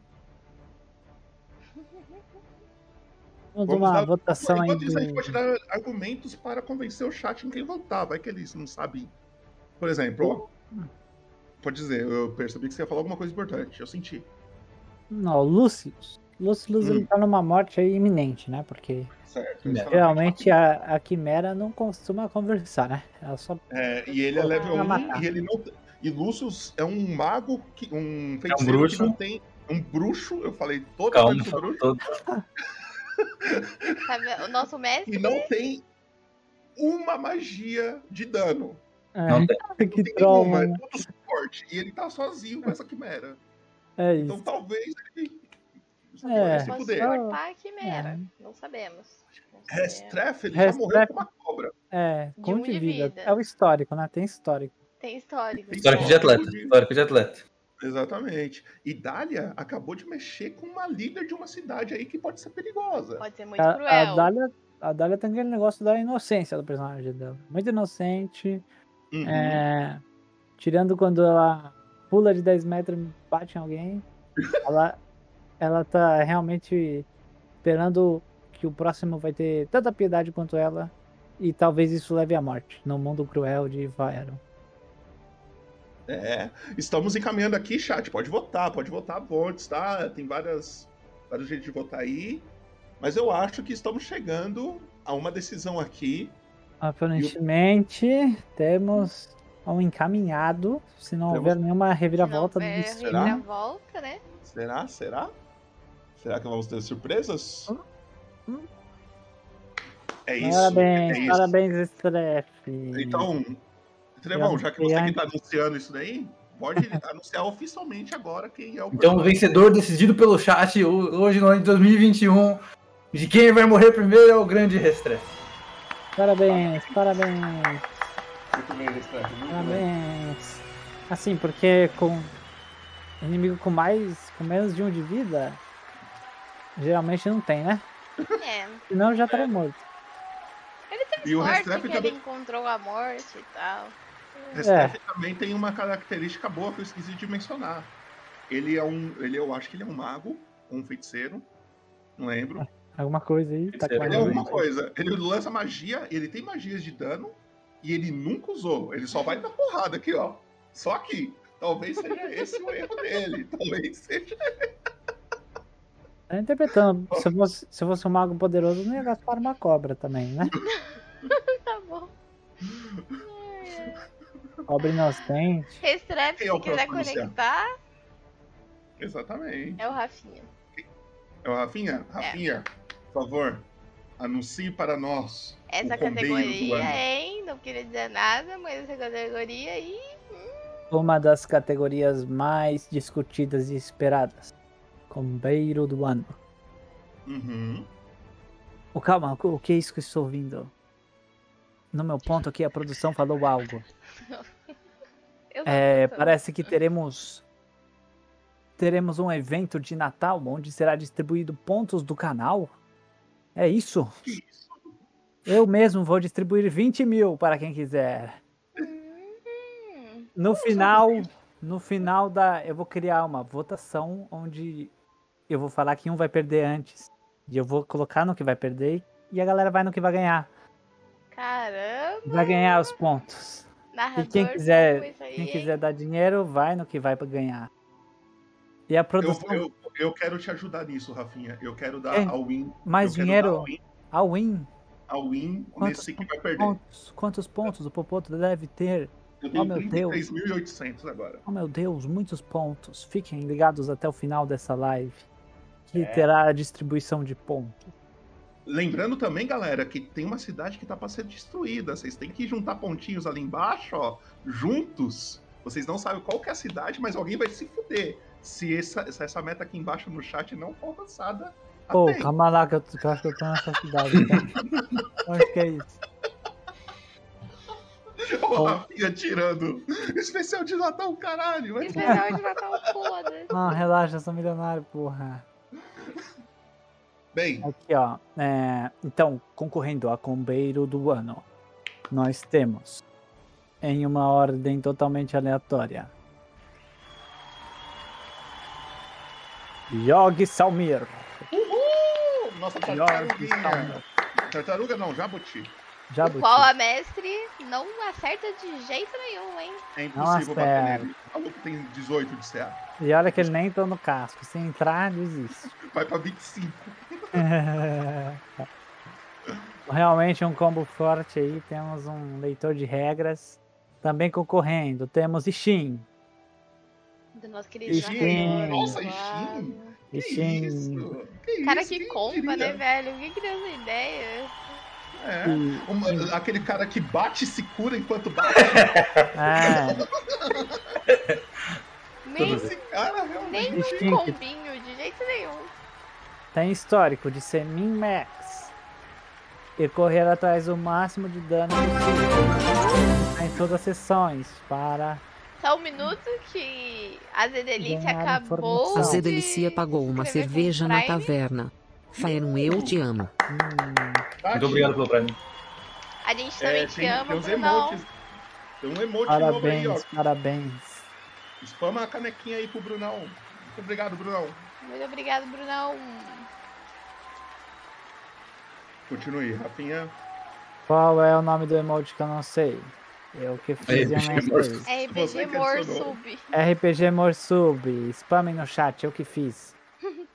Speaker 4: Vamos
Speaker 2: Vamos
Speaker 4: uma
Speaker 2: dar-
Speaker 4: votação aí
Speaker 2: Enquanto isso, a gente
Speaker 4: do...
Speaker 2: pode dar argumentos para convencer o chat em quem votar. Vai que eles não sabem. Por exemplo, ó, pode dizer, eu percebi que você ia falar alguma coisa importante. Eu senti.
Speaker 4: Não, o Lúcius. Lúcius,
Speaker 2: Hum.
Speaker 4: ele tá numa morte aí iminente, né? Porque
Speaker 2: Certo. eles falaram
Speaker 4: realmente a, a Quimera não costuma conversar, né? Ela só
Speaker 2: É, e ele é level
Speaker 4: Pra
Speaker 2: 1
Speaker 4: matar.
Speaker 2: e ele não. E Lúcius é um mago, que, um feiticeiro que
Speaker 1: bruxo.
Speaker 2: não tem. Um bruxo, eu falei todo
Speaker 1: Calma,
Speaker 2: mundo bruxo,
Speaker 1: todo-
Speaker 3: Sabe, o nosso mestre
Speaker 2: e não tem uma magia de dano.
Speaker 1: Não tem.
Speaker 4: É, que
Speaker 2: Não tem
Speaker 4: trauma.
Speaker 2: nenhuma, é
Speaker 4: né?
Speaker 2: tudo suporte. E ele tá sozinho com essa quimera.
Speaker 4: É
Speaker 2: Então
Speaker 4: isso.
Speaker 2: talvez ele.
Speaker 4: É.
Speaker 2: se
Speaker 3: pode
Speaker 2: puder.
Speaker 3: suportar a quimera. Não sabemos. Não né? sabemos.
Speaker 2: Restref, ele já
Speaker 4: Restref-
Speaker 2: morreu com uma cobra.
Speaker 4: É,
Speaker 3: De um
Speaker 4: conte
Speaker 3: de
Speaker 4: vida.
Speaker 3: vida.
Speaker 4: É o histórico, né? Tem histórico.
Speaker 3: Tem histórico. né?
Speaker 1: Histórico de atleta. Histórico de atleta.
Speaker 2: Exatamente. E Dália acabou de mexer com uma líder de uma cidade aí que pode ser perigosa.
Speaker 3: Pode ser muito
Speaker 4: A, a,
Speaker 3: cruel.
Speaker 4: Dália, a Dália tem aquele negócio da inocência do personagem dela. Muito inocente.
Speaker 2: Uhum.
Speaker 4: é, tirando quando ela pula de 10 metros e bate em alguém. ela, ela tá realmente esperando que o próximo vai ter tanta piedade quanto ela. E talvez isso leve à morte, no mundo cruel de Vaero.
Speaker 2: É, estamos encaminhando aqui, chat. Pode votar, pode votar votes, tá? Tem várias, vários jeitos de votar aí. Mas eu acho que estamos chegando a uma decisão aqui.
Speaker 4: Aparentemente, temos um encaminhado, se não
Speaker 2: Temos-
Speaker 4: houver nenhuma
Speaker 3: Se não
Speaker 4: reviravolta do
Speaker 3: houver
Speaker 4: destino.
Speaker 2: Será?
Speaker 3: reviravolta, né?
Speaker 2: Será? Será? Será que vamos ter surpresas?
Speaker 4: Hum.
Speaker 2: É isso.
Speaker 4: Parabéns,
Speaker 2: é isso.
Speaker 4: parabéns, Strefe.
Speaker 2: Então, Trevão, já que você que
Speaker 4: Obrigado.
Speaker 2: está anunciando isso daí, pode anunciar oficialmente agora quem é o
Speaker 1: Então, o
Speaker 2: personagem.
Speaker 1: vencedor decidido pelo chat ho- hoje no ano de 2021. De quem vai morrer primeiro é o grande Restref.
Speaker 4: Parabéns, parabéns,
Speaker 2: Muito bem, Restrepo, muito bem.
Speaker 4: parabéns. Assim, porque com inimigo com mais, com menos de um de vida, geralmente não tem, né?
Speaker 3: É.
Speaker 4: Senão já estaria morto.
Speaker 2: E o
Speaker 3: sorte
Speaker 2: Restrepo
Speaker 3: que
Speaker 2: também
Speaker 3: ele encontrou a morte e tal.
Speaker 2: Restrefe também tem uma característica boa que eu esqueci de mencionar. Ele é um. Ele, eu acho que ele é um mago, ou um feiticeiro. Não lembro.
Speaker 4: Alguma coisa aí, tá
Speaker 1: Ele é
Speaker 2: Ele é alguma
Speaker 4: quase.
Speaker 2: coisa. Ele lança magia, ele tem magias de dano e ele nunca usou. Ele só vai dar porrada aqui, ó. Só aqui. Talvez seja esse o erro dele. Talvez seja.
Speaker 4: Tá interpretando. Se eu, fosse, se eu fosse um mago poderoso, eu não ia gastar uma cobra também, né?
Speaker 3: Tá bom.
Speaker 4: Cobra inocente.
Speaker 3: Restrep,
Speaker 2: Quem é o
Speaker 3: se quiser
Speaker 2: próximo, Luciano?
Speaker 3: conectar,
Speaker 2: Exatamente.
Speaker 3: é o Rafinha.
Speaker 2: É o Rafinha? Rafinha, por favor, anuncie para nós.
Speaker 3: Essa
Speaker 2: O combeiro do
Speaker 3: categoria,
Speaker 2: ano.
Speaker 3: hein? Não queria dizer nada, mas essa categoria e
Speaker 4: Uma das categorias mais discutidas e esperadas. Combeiro do ano.
Speaker 2: Uhum.
Speaker 4: Oh, calma, o que é isso que eu estou ouvindo? No meu ponto aqui, a produção falou algo.
Speaker 3: eu não
Speaker 4: É,
Speaker 3: sou.
Speaker 4: parece que teremos teremos um evento de Natal onde será distribuído pontos do canal. É isso? Eu mesmo vou distribuir 20 mil para quem quiser.
Speaker 3: Hum,
Speaker 4: No final, no final da, eu vou criar uma votação onde eu vou falar que um vai perder antes e eu vou colocar no que vai perder e a galera vai no que vai ganhar.
Speaker 3: Caramba,
Speaker 4: Vai ganhar os pontos.
Speaker 3: narrador.
Speaker 4: quiser-
Speaker 3: bom isso aí,
Speaker 4: Quem
Speaker 3: hein?
Speaker 4: quiser dar dinheiro, vai no que vai para ganhar. E a
Speaker 2: Eu,
Speaker 4: produção,
Speaker 2: eu, eu quero te ajudar nisso, Rafinha. Eu quero dar
Speaker 4: É.
Speaker 2: a win.
Speaker 4: mais
Speaker 2: eu quero dar um
Speaker 4: dinheiro,
Speaker 2: a win,
Speaker 4: a win.
Speaker 2: a win
Speaker 4: Quantos
Speaker 2: nesse que vai perder.
Speaker 4: Pontos, quantos pontos o Popoto deve ter?
Speaker 2: Eu tenho
Speaker 4: Oh, meu Deus.
Speaker 2: 33.800 agora.
Speaker 4: Oh meu Deus, muitos pontos. Fiquem ligados até o final dessa live. Que
Speaker 1: É.
Speaker 4: terá a distribuição de pontos.
Speaker 2: Lembrando também, galera, que tem uma cidade que tá pra ser destruída. Vocês têm que juntar pontinhos ali embaixo, ó, juntos. Vocês não sabem qual que é a cidade, mas alguém vai se fuder. Se essa, se essa meta aqui embaixo no chat não for alcançada,
Speaker 3: Tá
Speaker 4: Pô,
Speaker 2: até aí.
Speaker 4: calma lá que eu, que eu acho que eu tô nessa cidade. tá? Cara. Onde que é isso?
Speaker 2: Ó, a Rafinha tirando. Especial de Natal, caralho. Vai
Speaker 3: Especial de Natal, foda.
Speaker 4: Não, relaxa, eu sou milionário, porra.
Speaker 2: Bem,
Speaker 4: Aqui, ó. é, então, concorrendo a combeiro do ano, nós temos, em uma ordem totalmente aleatória, Yogi Salmir.
Speaker 2: Uhul! Nossa,
Speaker 4: Yogi
Speaker 2: tartaruguinha.
Speaker 4: Salmir.
Speaker 2: Tartaruga não, jabuti.
Speaker 4: Jabuti.
Speaker 3: Qual a mestre não acerta de jeito nenhum, hein?
Speaker 2: É
Speaker 4: Nossa,
Speaker 2: impossível bater
Speaker 4: é.
Speaker 2: nele. O maluco tem 18 de CA.
Speaker 4: E olha que ele nem tá no casco. Se entrar, desiste.
Speaker 2: Vai pra 25.
Speaker 4: Realmente um combo forte aí. Temos um leitor de regras. Também concorrendo, temos Ishin.
Speaker 3: Do nosso querido
Speaker 4: Ixi,
Speaker 3: narrador,
Speaker 2: nossa,
Speaker 3: Eduardo.
Speaker 2: Ixi. Que
Speaker 4: é Ishin.
Speaker 2: isso? Que
Speaker 3: um Cara
Speaker 2: isso? é
Speaker 3: que
Speaker 2: Quem
Speaker 3: comba, né,
Speaker 2: diria?
Speaker 3: velho? Quem que deu essa ideia?
Speaker 2: É.
Speaker 4: E-
Speaker 2: Uma- aquele cara que bate e se cura enquanto bate.
Speaker 4: É,
Speaker 3: Nem,
Speaker 2: é Esse cara
Speaker 3: nem
Speaker 2: realmente.
Speaker 4: Ixi.
Speaker 3: um combinho, de jeito nenhum.
Speaker 4: tem histórico de ser min max e correr atrás do máximo de dano possível em todas as sessões para
Speaker 3: Só um minuto que a Zedelícia
Speaker 4: Ganhar
Speaker 3: acabou.
Speaker 4: informação.
Speaker 5: A
Speaker 4: Não.
Speaker 5: Zé
Speaker 3: Zedelicia
Speaker 5: Delicia pagou uma
Speaker 3: escrever com
Speaker 5: cerveja na
Speaker 3: Prime.
Speaker 5: taverna. Faeron, eu te amo.
Speaker 4: hum,
Speaker 2: Tá,
Speaker 1: Muito obrigado pelo prêmio.
Speaker 3: A gente também
Speaker 2: É,
Speaker 3: te
Speaker 2: tem,
Speaker 3: ama,
Speaker 2: tem uns
Speaker 3: Brunão.
Speaker 2: emotes. Tem um emote novo aí, ó.
Speaker 4: parabéns, parabéns.
Speaker 2: Spama a canequinha aí pro Brunão. Muito obrigado, Brunão.
Speaker 3: Muito obrigado, Brunão.
Speaker 2: Continue, Rafinha.
Speaker 4: Qual é o nome do emote que eu não sei? Eu que fiz e eu
Speaker 1: RPG
Speaker 4: não sei.
Speaker 3: É
Speaker 2: Você
Speaker 3: RPG
Speaker 2: que
Speaker 3: Mor
Speaker 2: adicionou.
Speaker 3: Sub.
Speaker 4: RPG Morsub, spamem no chat, eu que fiz.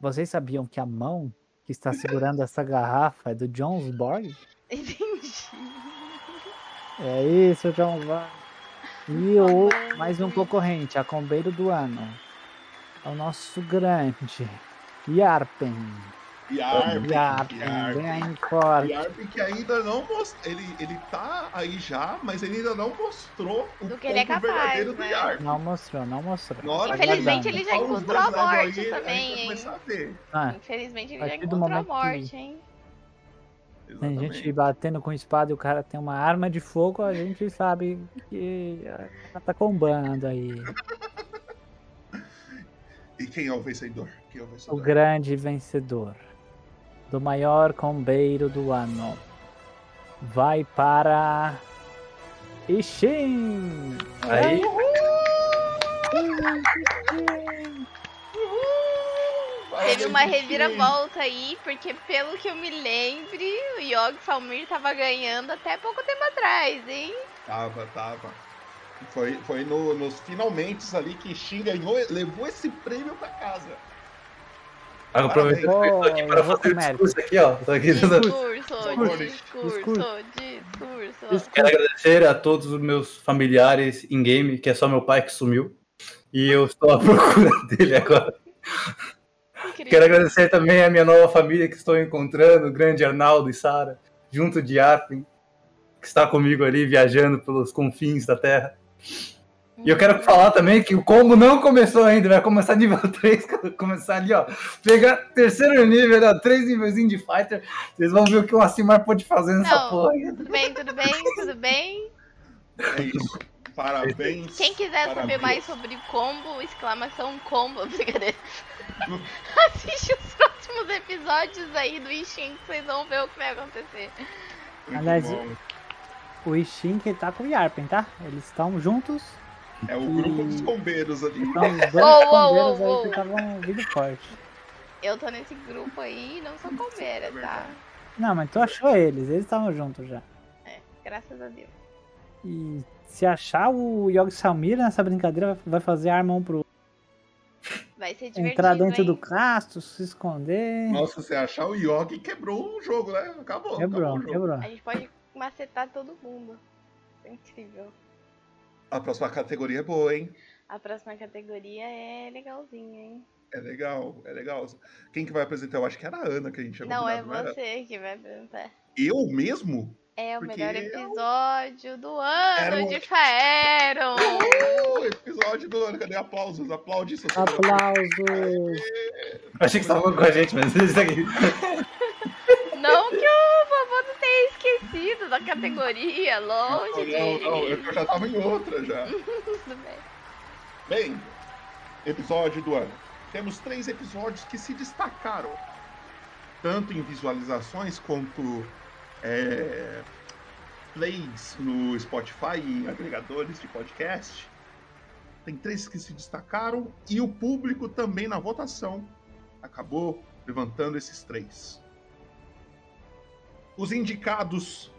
Speaker 4: Vocês sabiam que a mão que está segurando essa garrafa é do Jonesborg?
Speaker 3: Entendi.
Speaker 4: É isso, Jonesborg. E o
Speaker 3: Amando.
Speaker 4: mais um concorrente, a combeiro do ano. É o nosso grande Yarpen.
Speaker 2: E a Arp.
Speaker 4: Yarpen,
Speaker 2: E a Arp.
Speaker 4: bem
Speaker 2: E
Speaker 4: forte.
Speaker 2: a Arp que ainda não mostrou. Ele, ele tá aí já, mas ele ainda não mostrou o
Speaker 3: Do que ele é
Speaker 2: ponto
Speaker 3: capaz,
Speaker 2: verdadeiro do
Speaker 3: né?
Speaker 2: Yarp.
Speaker 4: Não mostrou, não mostrou. Tá
Speaker 2: Na hora que
Speaker 3: Infelizmente,
Speaker 4: Aguardando.
Speaker 3: ele já
Speaker 2: Fala uns
Speaker 3: encontrou a
Speaker 2: dois levels
Speaker 3: morte
Speaker 2: aí,
Speaker 3: também,
Speaker 2: a gente vai
Speaker 3: hein?
Speaker 2: começar a ver.
Speaker 4: Ah,
Speaker 3: Infelizmente, ele
Speaker 4: A
Speaker 3: já
Speaker 4: partir do
Speaker 3: encontrou a
Speaker 4: momento que-
Speaker 3: morte, hein?
Speaker 4: Tem
Speaker 2: Exatamente.
Speaker 4: gente batendo com espada e o cara tem uma arma de fogo, a gente sabe que ah, tá combando aí.
Speaker 2: E quem é o vencedor? Quem é o
Speaker 4: O
Speaker 2: vencedor?
Speaker 4: grande vencedor do maior combeiro do ano vai para. Ishin!
Speaker 1: Aí,
Speaker 2: Vai,
Speaker 3: Teve uma
Speaker 2: gente.
Speaker 3: reviravolta aí, porque pelo que eu me lembre, o Yogi Salmir tava ganhando até pouco tempo atrás, hein?
Speaker 2: Tava, tava. Foi, foi no- nos finalmente ali que Shin ganhou, levou esse prêmio pra casa.
Speaker 1: Aproveitando que eu tô aqui para
Speaker 4: Vou-
Speaker 1: fazer o
Speaker 4: vou
Speaker 1: discurso aqui, ó. Tô aqui dando-
Speaker 3: Discurso, discurso, discurso.
Speaker 1: Quero agradecer a todos os meus familiares em game, que é só meu pai que sumiu. E eu estou à procura dele agora. Quero
Speaker 3: Incrível.
Speaker 1: agradecer também a minha nova família que estou encontrando, o grande Arnaldo e Sara, junto de Arfin, que está comigo ali viajando pelos confins da Terra. E eu quero falar também que o combo não começou ainda, vai começar nível 3, quando começar ali, ó. Pegar terceiro nível, ó, três nívelzinhos de fighter, vocês vão ver o que o Acimar pode fazer nessa
Speaker 3: Não.
Speaker 1: porra.
Speaker 3: Tudo bem, tudo bem, tudo bem.
Speaker 2: É isso. Parabéns.
Speaker 3: Quem quiser saber
Speaker 2: parabéns.
Speaker 3: mais sobre combo, exclamação combo, brincadeira. Assiste os próximos episódios aí do Ishin que vocês vão ver o que vai acontecer.
Speaker 2: Muito
Speaker 4: Aliás,
Speaker 2: bom.
Speaker 4: O Ishin que tá com o Yarpen, tá? Eles estão juntos.
Speaker 2: É o grupo dos bombeiros ali.
Speaker 4: Então, os dois
Speaker 3: Uou, uou,
Speaker 4: bombeiros
Speaker 3: uou,
Speaker 4: aí que
Speaker 3: uou.
Speaker 4: estavam vindo forte.
Speaker 3: Eu tô nesse grupo aí e não sou
Speaker 2: É
Speaker 3: comeira, tá?
Speaker 4: Não, mas tu achou eles, eles estavam juntos já.
Speaker 3: Graças a Deus.
Speaker 4: E se achar o Yogi Salmira nessa brincadeira, vai- vai fazer arma um pro outro.
Speaker 3: Vai ser divertido.
Speaker 4: entrar dentro
Speaker 3: hein?
Speaker 4: do casto, se esconder. É
Speaker 2: Nossa, você achar o Yogi quebrou o jogo, né? Acabou. acabou
Speaker 4: quebrou,
Speaker 2: o jogo.
Speaker 4: quebrou.
Speaker 3: A gente pode macetar todo mundo. É Incrível.
Speaker 2: A próxima categoria é boa, hein?
Speaker 3: A próxima categoria é legalzinha, hein?
Speaker 2: É legal, é legal. Quem que vai apresentar? Eu acho que era a Ana que a gente tinha
Speaker 3: Não, é
Speaker 2: convidado, era?
Speaker 3: você que vai perguntar.
Speaker 2: Eu mesmo?
Speaker 3: É o
Speaker 2: Porque
Speaker 3: melhor
Speaker 2: eu-
Speaker 3: episódio do ano
Speaker 2: Era um-
Speaker 3: de Faeron!
Speaker 2: O Oh, episódio do ano, cadê aplausos? Aplaude isso.
Speaker 4: Aplausos.
Speaker 1: Eu achei que você tava falando com a gente, mas isso aqui.
Speaker 3: Não que o Bobo não tenha esquecido da categoria, longe
Speaker 2: Não, não,
Speaker 3: dele.
Speaker 2: não, eu já tava em outra já.
Speaker 3: Tudo bem.
Speaker 2: Bem, episódio do ano. Temos três episódios que se destacaram, tanto em visualizações quanto é, plays no Spotify e agregadores de podcast. Tem três que se destacaram e o público também na votação acabou levantando esses três. Os indicados.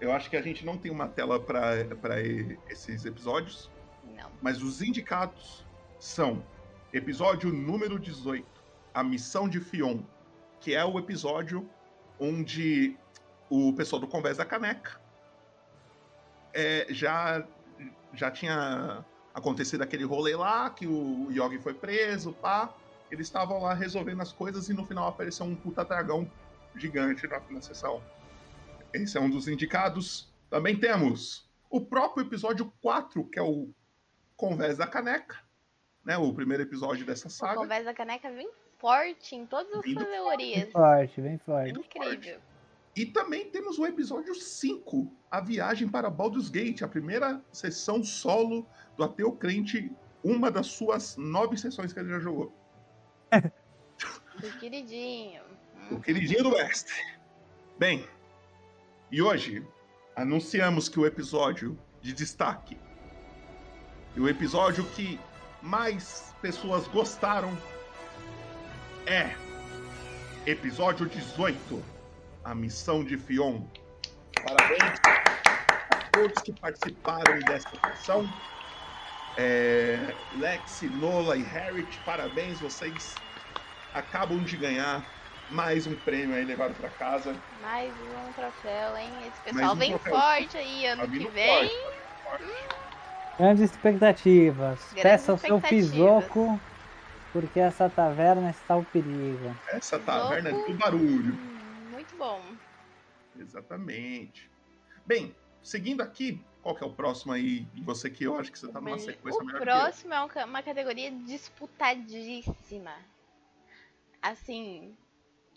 Speaker 2: Eu acho que a gente não tem uma tela para esses episódios
Speaker 3: Não.
Speaker 2: mas os indicados são episódio número 18, A Missão de Fion, que é o episódio onde o pessoal do Convés da Caneca é, já, já tinha acontecido aquele rolê lá, que o Yogi foi preso, pá. Eles estavam lá resolvendo as coisas e no final apareceu um puta dragão gigante na, na sessão. Esse é um dos indicados. Também temos o próprio episódio 4, que é o Convés da Caneca, né? O primeiro episódio dessa
Speaker 3: A
Speaker 2: saga.
Speaker 3: conversa da caneca vem forte em todas as
Speaker 2: Vindo
Speaker 3: suas teorias.
Speaker 4: Bem forte, bem forte.
Speaker 2: Vindo forte.
Speaker 3: Incrível.
Speaker 2: E também temos o episódio 5, A Viagem para Baldur's Gate, a primeira sessão solo do Ateu Crente, uma das suas nove sessões que ele já jogou.
Speaker 3: Do queridinho.
Speaker 2: O queridinho do mestre. Bem, e hoje anunciamos que o episódio de destaque e o episódio que mais pessoas gostaram é episódio 18, a missão de Fion. Parabéns a todos que participaram dessa missão. É, Lex, Nola e Harriet, parabéns, vocês acabam de ganhar mais um prêmio aí levado pra casa.
Speaker 3: Mais um troféu, hein? Esse pessoal
Speaker 2: um
Speaker 3: vem
Speaker 2: troféu.
Speaker 3: forte aí ano
Speaker 2: Tá vindo
Speaker 3: que vem.
Speaker 2: forte.
Speaker 4: Grandes expectativas. Peça o seu
Speaker 3: expectativas.
Speaker 4: pisoco, porque essa taverna está o perigo.
Speaker 2: Essa taverna é
Speaker 3: Louco.
Speaker 2: do barulho.
Speaker 3: Hum, Muito bom.
Speaker 2: Exatamente. Bem, seguindo aqui, qual que é o próximo aí? E Você que eu acho que você tá numa
Speaker 3: Mas
Speaker 2: sequência
Speaker 3: o
Speaker 2: melhor que eu.
Speaker 3: próximo é um ca- uma categoria disputadíssima. Assim,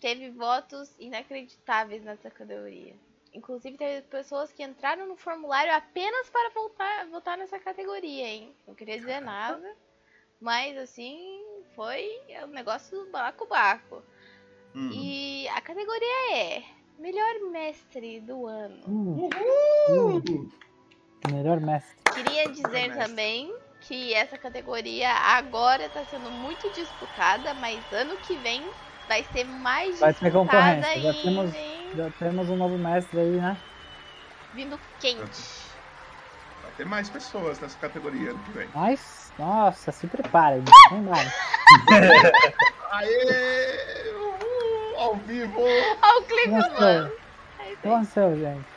Speaker 3: teve votos inacreditáveis nessa categoria. Inclusive, teve pessoas que entraram no formulário apenas para voltar, votar nessa categoria, hein? Não queria dizer nada, mas assim, foi é um negócio do baco-baco.
Speaker 1: Uhum.
Speaker 2: Hum.
Speaker 3: E a categoria é Melhor Mestre do Ano.
Speaker 4: Hum, melhor mestre.
Speaker 3: Queria dizer
Speaker 2: Mestre.
Speaker 3: também que essa categoria agora está sendo muito disputada, mas ano que vem vai ser mais
Speaker 4: Vai ter
Speaker 3: disputada
Speaker 4: concorrência,
Speaker 3: ainda,
Speaker 4: já temos-
Speaker 3: hein?
Speaker 4: Já temos um novo mestre aí, né?
Speaker 3: Vindo quente.
Speaker 2: Tá ter mais pessoas nessa categoria ano que vem.
Speaker 4: Mas, nossa, se preparem. Vem mais.
Speaker 2: Aê! Uhul! Ao vivo!
Speaker 1: Uhum.
Speaker 3: Olha o
Speaker 4: um
Speaker 3: clico, mano.
Speaker 4: Nossa, Nossa, um gente.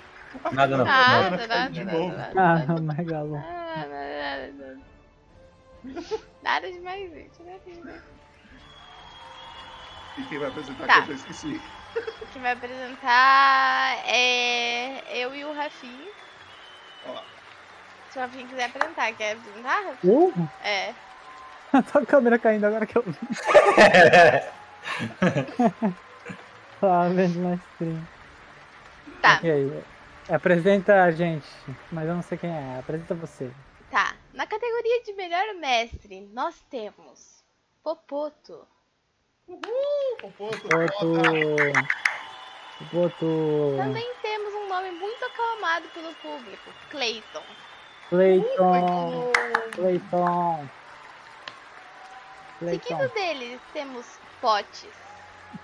Speaker 1: Nada não.
Speaker 3: Nada,
Speaker 1: nada.
Speaker 3: nada, nada,
Speaker 2: De novo.
Speaker 3: nada,
Speaker 4: Ah,
Speaker 3: nada.
Speaker 4: megalo.
Speaker 3: Ah, nada, nada, nada. Nada demais, gente. Nada demais.
Speaker 2: E quem vai apresentar
Speaker 3: Tá.
Speaker 2: aqui eu já esqueci.
Speaker 3: Quem vai apresentar é eu e o Rafinha.
Speaker 2: Ó.
Speaker 3: Se o Rafinha quiser apresentar, quer apresentar, Rafinha?
Speaker 4: Uh,
Speaker 3: É.
Speaker 4: tá a câmera caindo agora que eu vi. Tá vendo na stream.
Speaker 3: Tá.
Speaker 4: Ok. Apresenta a gente, mas eu não sei quem é. Apresenta você.
Speaker 3: Tá, na categoria de melhor mestre, nós temos Popoto,
Speaker 2: Popoto,
Speaker 4: Boto.
Speaker 2: Popoto.
Speaker 4: Boto.
Speaker 3: também temos um nome muito aclamado pelo público, Clayton.
Speaker 4: Clayton. Clayton.
Speaker 3: Seguido
Speaker 4: Clayton.
Speaker 3: deles temos Potes,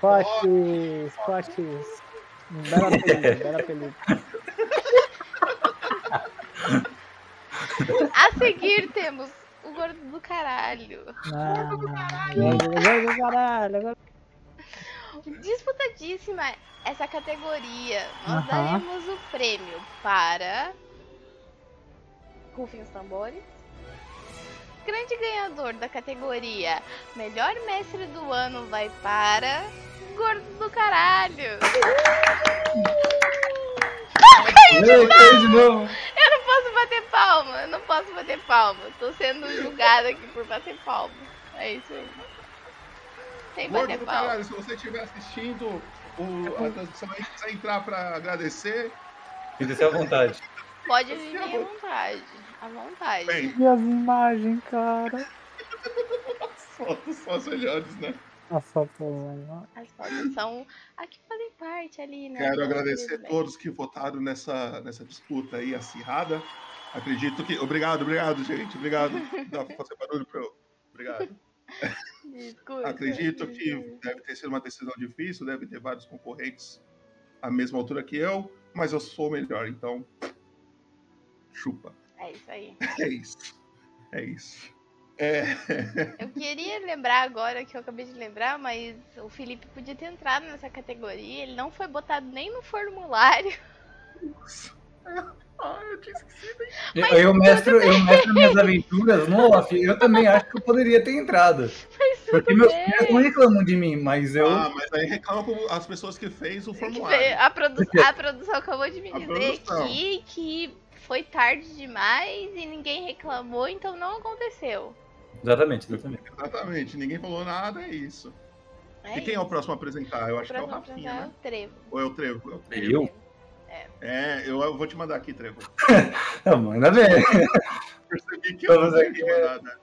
Speaker 4: Potes. Potes. Bela apelido, bela apelido.
Speaker 3: a seguir temos o Gordo do Caralho.
Speaker 4: Não. Agora Ah, do caralho. Agora...
Speaker 3: Disputadíssima essa categoria, nós
Speaker 4: Aham.
Speaker 3: daremos o prêmio para... Rufem os tambores. Grande ganhador da categoria Melhor Mestre do Ano vai para... Gordo do Caralho!
Speaker 1: Ei, caiu de novo.
Speaker 3: Eu não posso bater palma, eu não posso bater palma. Tô sendo julgada aqui por bater palma. É isso aí. Sem
Speaker 2: Gordo
Speaker 3: bater
Speaker 2: do
Speaker 3: palma.
Speaker 2: caralho, se você estiver assistindo o, a transmissão aí, quiser entrar pra agradecer,
Speaker 1: Fica assim à vontade.
Speaker 3: Pode
Speaker 2: Tá
Speaker 3: vir à vontade. À vontade.
Speaker 2: bem,
Speaker 4: E as imagens, cara.
Speaker 2: fotos são as melhores, né?
Speaker 4: Nossa, pô, mano.
Speaker 3: As fotos são a que fazem parte ali, né?
Speaker 2: Quero agradecer a
Speaker 3: Infelizmente.
Speaker 2: todos que votaram nessa, nessa disputa aí acirrada. Acredito que. Obrigado, obrigado, gente. Obrigado. Dá pra fazer barulho pra eu. Obrigado. é,
Speaker 3: Desculpa.
Speaker 2: Acredito que deve ter sido uma decisão difícil, deve ter vários concorrentes à mesma altura que eu, mas eu sou o melhor, então. Chupa.
Speaker 3: É isso aí.
Speaker 2: É isso. É isso. É,
Speaker 3: Eu queria lembrar agora que eu acabei de lembrar, mas o Felipe podia ter entrado nessa categoria. Ele não foi botado nem no formulário.
Speaker 1: Eu, eu mestro, eu mestro minhas aventuras no Olaf. Eu também acho que eu poderia ter entrado. Porque meus
Speaker 3: bem.
Speaker 1: pais não reclamam de mim, mas eu.
Speaker 2: Ah, mas aí reclama com as pessoas que fez o
Speaker 3: Quer dizer,
Speaker 2: formulário.
Speaker 3: A, produ a produção acabou de me
Speaker 2: A
Speaker 3: dizer
Speaker 2: produção.
Speaker 3: que, que foi tarde demais e ninguém reclamou, então não aconteceu.
Speaker 1: Exatamente, exatamente.
Speaker 2: Exatamente. Ninguém falou nada, é isso.
Speaker 3: É
Speaker 2: e quem é o próximo a apresentar? Eu acho que é o
Speaker 3: próximo
Speaker 2: Rafinha,
Speaker 3: apresentado
Speaker 2: né?
Speaker 3: é o Trevo.
Speaker 2: Ou é o Trevo? É o Trevo.
Speaker 1: Eu?
Speaker 2: É, eu, eu vou te mandar aqui, Trevo.
Speaker 1: Não, manda ver.
Speaker 2: Percebi que
Speaker 1: Vamos
Speaker 2: não ia
Speaker 1: aqui,
Speaker 2: te mandar, né?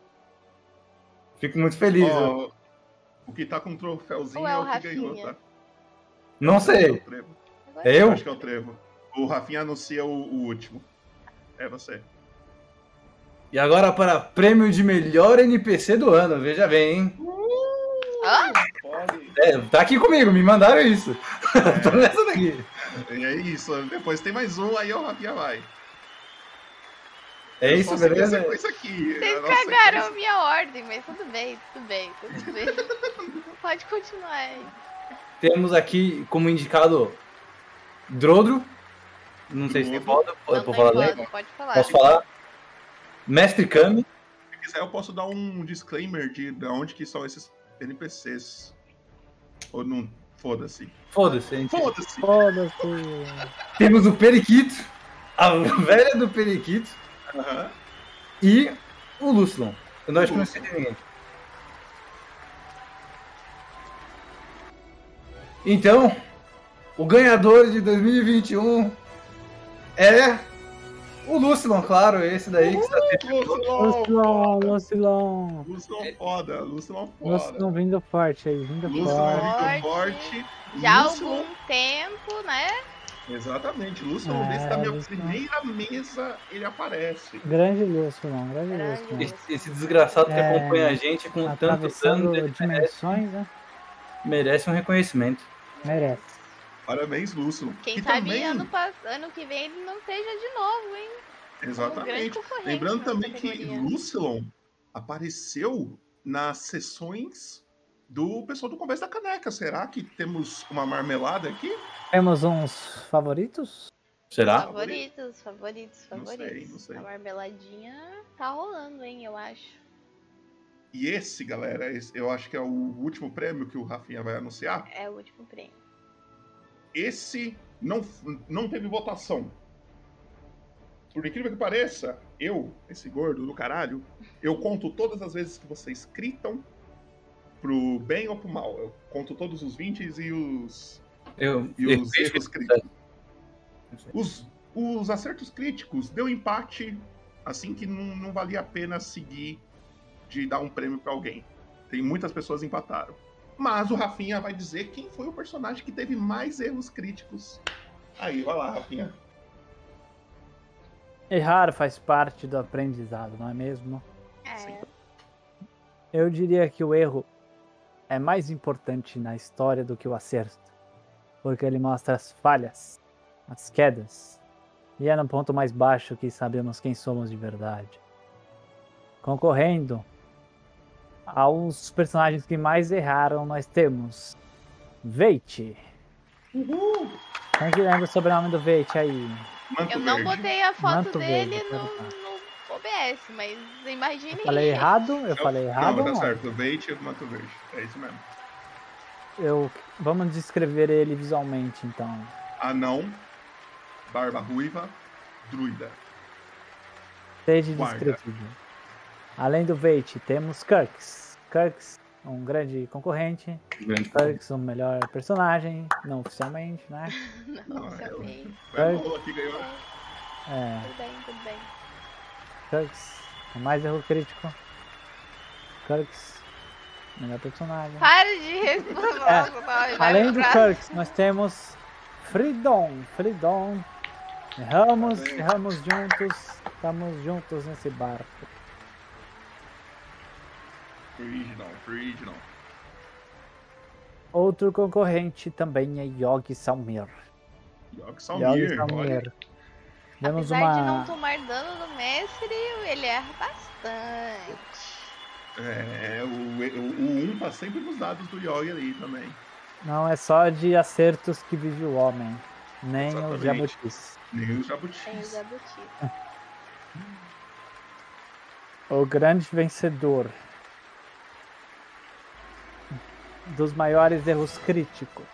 Speaker 1: Fico muito feliz. eu-
Speaker 2: Ó, o que tá com um troféuzinho
Speaker 3: Ou é
Speaker 2: é
Speaker 3: o
Speaker 2: o que ganhou,
Speaker 3: Rafinha?
Speaker 2: tá?
Speaker 1: Não
Speaker 2: É o
Speaker 1: sei.
Speaker 2: Trevo.
Speaker 3: Agora-
Speaker 1: É eu?
Speaker 2: Acho que é o Trevo. O Rafinha anuncia o, o último. É você.
Speaker 1: E agora para prêmio de melhor NPC do ano. Veja bem, hein? Ah!
Speaker 3: Ó,
Speaker 1: É, tá aqui comigo, me mandaram isso. Tô nessa daqui.
Speaker 2: E é isso. Depois tem mais um, aí o Rafinha vai.
Speaker 1: É
Speaker 2: Eu
Speaker 1: isso,
Speaker 2: só segui a
Speaker 1: beleza?
Speaker 2: sequência aqui.
Speaker 3: vocês
Speaker 2: A nossa
Speaker 3: cagaram a minha ordem, mas tudo bem, tudo bem, tudo bem. Pode continuar aí.
Speaker 1: Temos aqui como indicado Drodro. Não sei se tem
Speaker 2: Drodro.
Speaker 1: foto,
Speaker 3: Não
Speaker 1: eu
Speaker 3: tem
Speaker 1: vou falar
Speaker 3: voto,
Speaker 1: dele.
Speaker 3: Pode falar.
Speaker 1: Posso falar? Mestre Kami.
Speaker 2: Se quiser, eu posso dar um disclaimer de, de onde que são esses NPCs. Ou não. Foda-se.
Speaker 1: Foda-se, gente.
Speaker 2: Foda-se!
Speaker 4: Foda-se.
Speaker 1: Temos o Periquito, a velha do Periquito
Speaker 2: Aham.
Speaker 1: e o Lucilon. Eu não acho que não sei de ninguém. Então, o ganhador de 2021 é o Lucilon, claro, esse daí que está tendo.
Speaker 2: Lucilon!
Speaker 4: Lucilon, Lucilon.
Speaker 2: Lucilon foda! Lucilon foda!
Speaker 4: Lucilon vindo forte aí, vindo
Speaker 2: Lucilon
Speaker 4: forte.
Speaker 2: muito tá
Speaker 3: Forte.
Speaker 2: forte!
Speaker 3: Já há
Speaker 2: Lucilon-
Speaker 3: algum tempo, né?
Speaker 2: Exatamente, Lucilon,
Speaker 4: É,
Speaker 2: desde a minha
Speaker 4: Lucilon.
Speaker 2: primeira mesa ele aparece.
Speaker 4: Grande Lucilon, grande
Speaker 3: Grande
Speaker 4: Lucilon.
Speaker 3: Lucilon.
Speaker 1: Esse, esse desgraçado que
Speaker 4: É,
Speaker 1: acompanha a gente com tantos anos,
Speaker 4: Atravessando
Speaker 1: ele
Speaker 4: dimensões, né?
Speaker 1: merece um reconhecimento.
Speaker 4: Merece.
Speaker 2: Parabéns, Lucilon.
Speaker 3: Quem tá
Speaker 2: E
Speaker 3: sabe
Speaker 2: também
Speaker 3: ano, pas- ano que vem ele não esteja de novo, hein? Um grande
Speaker 2: Exatamente.
Speaker 3: concorrente
Speaker 2: Lembrando
Speaker 3: nessa
Speaker 2: também que
Speaker 3: categoria.
Speaker 2: Lucilon apareceu nas sessões do pessoal do Conversa da Caneca. Será que temos uma marmelada aqui?
Speaker 4: Temos uns favoritos?
Speaker 1: Será?
Speaker 3: Favoritos, favoritos,
Speaker 2: Não sei,
Speaker 3: favoritos.
Speaker 2: não sei.
Speaker 3: A marmeladinha tá rolando, hein, eu acho.
Speaker 2: E esse, galera, esse- eu acho que é o último prêmio que o Rafinha vai anunciar.
Speaker 3: É o último prêmio.
Speaker 2: Esse não, f- não teve votação. Por incrível que pareça, eu, esse gordo do caralho, eu conto todas as vezes que vocês gritam pro bem ou pro mal. Eu conto todos os 20 e os
Speaker 1: Eu,
Speaker 2: E
Speaker 1: eu-
Speaker 2: os erros críticos. Os, os acertos críticos deu empate, assim que não, não valia a pena seguir de dar um prêmio pra alguém. Tem muitas pessoas empataram. Mas o Rafinha vai dizer quem foi o personagem que teve mais erros críticos. Aí, vai lá, Rafinha.
Speaker 4: Errar faz parte do aprendizado, não é mesmo?
Speaker 3: É,
Speaker 4: Eu diria que o erro é mais importante na história do que o acerto, porque ele mostra as falhas, as quedas, e é no ponto mais baixo que sabemos quem somos de verdade. Concorrendo aos personagens que mais erraram, nós temos Veit.
Speaker 2: Uhul!
Speaker 4: Quem que lembra o sobrenome do Veit aí?
Speaker 2: Manto
Speaker 3: eu não
Speaker 2: verde.
Speaker 3: botei a foto
Speaker 4: Manto
Speaker 3: dele
Speaker 4: verde,
Speaker 3: no,
Speaker 4: tá.
Speaker 3: no OBS, mas imagine
Speaker 4: Eu falei
Speaker 3: aí.
Speaker 4: errado? Eu falei errado?
Speaker 2: Não, tá
Speaker 4: mano?
Speaker 2: certo. Veit e Manto Verde. É isso mesmo.
Speaker 4: Eu, vamos descrever ele visualmente, então.
Speaker 2: Anão, Barba Ruiva, Druida.
Speaker 4: Seja
Speaker 2: Guarda.
Speaker 4: descritivo. Além do Veit, temos Kirks. Kirks, um grande concorrente.
Speaker 1: grande
Speaker 4: Kirks, o melhor personagem, não oficialmente, né?
Speaker 3: Não,
Speaker 2: Não, é
Speaker 3: seu bem.
Speaker 2: Vai, rolou aqui, ganhou.
Speaker 4: É,
Speaker 3: Tudo bem, tudo bem.
Speaker 4: Kirks, o mais erro crítico. Kirks, melhor personagem.
Speaker 3: Para de reclamar. Ah, vai, vai
Speaker 4: É, Além do
Speaker 3: tá pra-
Speaker 4: Kirks, nós temos Freedom. Freedom. Erramos,
Speaker 2: Parabéns.
Speaker 4: erramos juntos. Estamos juntos nesse barco.
Speaker 2: Original, original.
Speaker 4: Outro concorrente também é Yogi Salmir.
Speaker 2: Yogg
Speaker 4: Yogi
Speaker 2: Salmir. olha.
Speaker 4: Salmir. Temos
Speaker 3: Apesar de não
Speaker 4: uma.
Speaker 3: tomar dano do mestre, ele erra bastante.
Speaker 2: É, o 1 um tá sempre nos dados do Yogi ali também.
Speaker 4: Não é só de acertos que vive o homem, nem os
Speaker 2: Exatamente.
Speaker 4: jabutis.
Speaker 2: Nem os
Speaker 3: Tem o
Speaker 2: jabutis.
Speaker 3: É, Jabuti.
Speaker 4: O grande vencedor dos maiores erros críticos.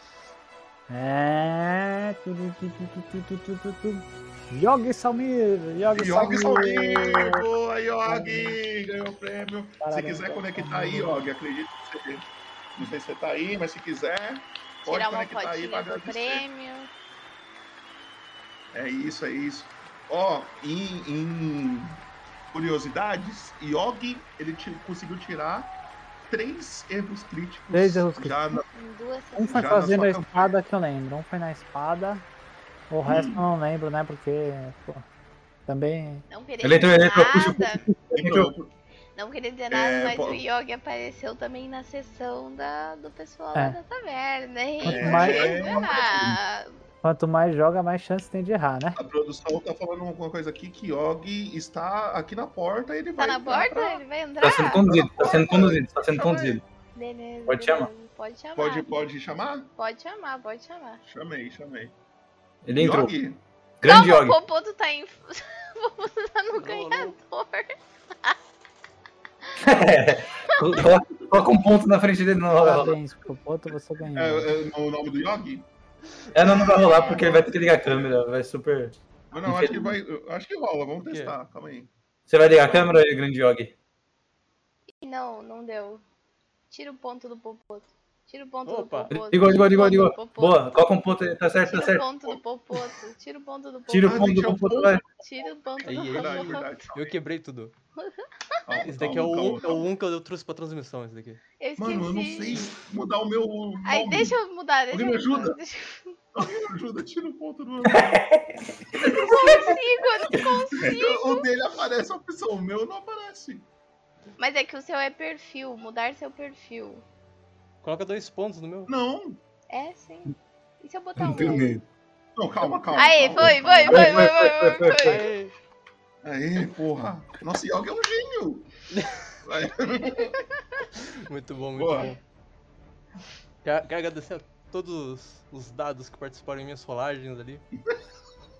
Speaker 4: É. tu, tu, tu, tu, tu, tu, tu, tu, tu. Yogi Salmir! Yogi,
Speaker 2: Yogi
Speaker 4: Salmir!
Speaker 2: Salmir! Boa, Yogi! Ganhou o prêmio. Se
Speaker 4: Parabéns,
Speaker 2: quiser
Speaker 4: Yogi
Speaker 2: conectar aí,
Speaker 4: Salmir.
Speaker 2: Yogi, acredito que você. Não sei se você tá aí, mas se quiser, pode
Speaker 3: Tirar uma
Speaker 2: conectar é tá aí pra
Speaker 3: fotinha do
Speaker 2: agradecer.
Speaker 3: prêmio.
Speaker 2: É isso, é isso. Ó, em, em curiosidades, Yogi ele ti- conseguiu tirar três erros críticos.
Speaker 4: Três erros
Speaker 2: Já na
Speaker 3: Em duas
Speaker 4: Um foi
Speaker 2: Já na
Speaker 4: fazendo
Speaker 2: sua
Speaker 4: a espada que eu lembro, um foi na espada, o
Speaker 2: Hum.
Speaker 4: resto eu não lembro, né? Porque. pô, também.
Speaker 3: Não queria
Speaker 1: Ele entrou-
Speaker 3: dizer
Speaker 1: ele entrou-
Speaker 3: nada.
Speaker 2: Então,
Speaker 3: Não queria dizer nada,
Speaker 2: É,
Speaker 3: mas
Speaker 2: pô.
Speaker 3: o Yogi apareceu também na sessão da, do pessoal lá
Speaker 4: É.
Speaker 3: da taverna. hein?
Speaker 4: Quanto
Speaker 2: É.
Speaker 3: Não
Speaker 4: mais-
Speaker 3: queria dizer nada.
Speaker 4: Quanto mais joga, mais chance tem de errar, né?
Speaker 2: A produção tá falando alguma coisa aqui que Yogi está aqui na porta e ele vai.
Speaker 3: Tá na
Speaker 2: entrar
Speaker 3: borda?
Speaker 2: pra-
Speaker 3: Ele vai entrar?
Speaker 1: Tá sendo conduzido, tá sendo conduzido, tá sendo conduzido.
Speaker 3: Beleza,
Speaker 1: Pode chamar.
Speaker 3: beleza. Pode chamar.
Speaker 2: Pode, pode chamar?
Speaker 3: Pode chamar, pode chamar.
Speaker 2: Chamei, chamei.
Speaker 1: Ele entrou.
Speaker 2: Yogi?
Speaker 1: Grande
Speaker 3: Calma,
Speaker 1: Yogi.
Speaker 3: o Popoto tá em. O Popoto tá no ganhador.
Speaker 1: Coloca- Coloca um ponto na frente dele, não vai rolar.
Speaker 4: Parabéns, Popoto, você ganhou.
Speaker 2: É, é o nome do Yogi?
Speaker 1: É, não, não vai rolar porque ele vai ter que ligar a câmera. Vai super.
Speaker 2: Mas não, acho que vai. Acho que rola, vamos
Speaker 6: quê?
Speaker 2: testar, calma aí.
Speaker 1: Você vai ligar a câmera, Grande Yogi?
Speaker 3: Não, não deu. Tira o ponto do Popoto. Tira o ponto
Speaker 6: Opa.
Speaker 3: do Popoto.
Speaker 1: Ligou, ligou,
Speaker 3: Tira o
Speaker 1: ligou,
Speaker 3: ponto
Speaker 1: ligou.
Speaker 3: do Popoto.
Speaker 1: Boa, coloca um ponto aí, tá certo,
Speaker 3: Tira
Speaker 1: tá
Speaker 3: o
Speaker 1: certo.
Speaker 3: ponto do Popoto. Tira o ponto do Popoto.
Speaker 1: Tira o
Speaker 2: Ah,
Speaker 1: ponto
Speaker 2: deixa
Speaker 1: do
Speaker 2: eu-
Speaker 1: ponto, vai.
Speaker 3: Tira o ponto
Speaker 6: Aí,
Speaker 3: do
Speaker 6: aí,
Speaker 2: Verdade,
Speaker 3: Popoto.
Speaker 2: verdade.
Speaker 6: Eu quebrei tudo.
Speaker 2: Calma,
Speaker 6: Esse daqui é
Speaker 2: calma,
Speaker 6: o,
Speaker 2: calma,
Speaker 6: é o
Speaker 2: calma.
Speaker 6: um que eu trouxe pra transmissão, esse daqui.
Speaker 3: Eu esqueci.
Speaker 2: Mano, eu não sei mudar o meu.
Speaker 3: Aí,
Speaker 2: nome.
Speaker 3: deixa eu mudar. Deixa
Speaker 2: Alguém
Speaker 3: eu
Speaker 2: me ajuda?
Speaker 3: Deixa eu-
Speaker 2: Me ajuda, tira o ponto do.
Speaker 3: Consigo, eu não consigo.
Speaker 2: o dele aparece a opção, o meu não aparece.
Speaker 3: Mas é que o seu é perfil. Mudar seu perfil.
Speaker 6: Coloca dois pontos no meu.
Speaker 2: Não.
Speaker 3: É, sim. E se eu botar um?
Speaker 2: Não, calma, calma.
Speaker 3: Aí,
Speaker 2: calma,
Speaker 3: foi,
Speaker 2: calma.
Speaker 3: foi, foi, foi, foi, foi.
Speaker 6: Aê.
Speaker 2: Aí, porra. Nossa, Yoga é um gênio. Vai.
Speaker 9: Muito bom, muito
Speaker 2: Boa.
Speaker 9: bom. Quero quero agradecer a todos os dados que participaram em minhas rolagens ali.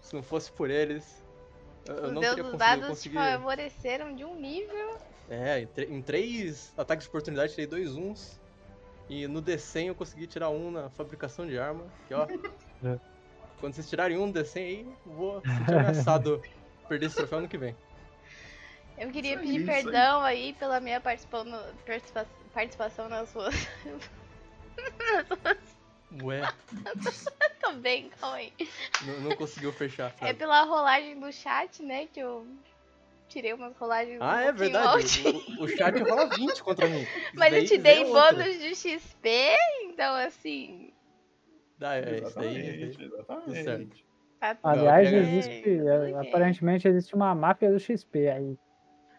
Speaker 9: Se não fosse por eles, eu- eu
Speaker 3: Os
Speaker 9: não
Speaker 3: deuses
Speaker 9: teria
Speaker 3: dos
Speaker 9: conseguido.
Speaker 3: dados tipo, é
Speaker 9: eu consegui-
Speaker 3: favoreceram de um nível.
Speaker 9: É, em, tre- em três ataques de oportunidade tirei dois uns. E no D100 eu consegui tirar um na fabricação de arma. Que ó.
Speaker 2: É.
Speaker 9: Quando vocês tirarem um D100 aí, eu vou sentir ameaçado perder esse troféu ano que vem.
Speaker 3: Eu queria
Speaker 2: Isso aí,
Speaker 3: pedir
Speaker 2: isso aí.
Speaker 3: perdão aí. pela minha participa- participa- participação nas suas.
Speaker 9: Ué,
Speaker 3: Tô bem, calma aí.
Speaker 9: não, não conseguiu fechar. a
Speaker 3: É
Speaker 9: frase.
Speaker 3: pela rolagem do chat, né? Que eu tirei umas rolagens. um
Speaker 9: Ah, é
Speaker 3: pouquinho
Speaker 9: verdade.
Speaker 3: altinhas.
Speaker 9: O, o chat rola 20 contra mim. Isso
Speaker 3: Mas eu
Speaker 9: daí-
Speaker 3: te
Speaker 9: isso daí
Speaker 3: dei
Speaker 9: é outra.
Speaker 3: bônus de XP, então assim.
Speaker 9: Dá, é, isso daí.
Speaker 2: Exatamente, exatamente.
Speaker 9: certo.
Speaker 3: tá tudo
Speaker 4: Aliás,
Speaker 9: Não,
Speaker 3: bem,
Speaker 4: existe. é,
Speaker 3: tudo bem.
Speaker 4: Aparentemente existe uma máfia do XP aí.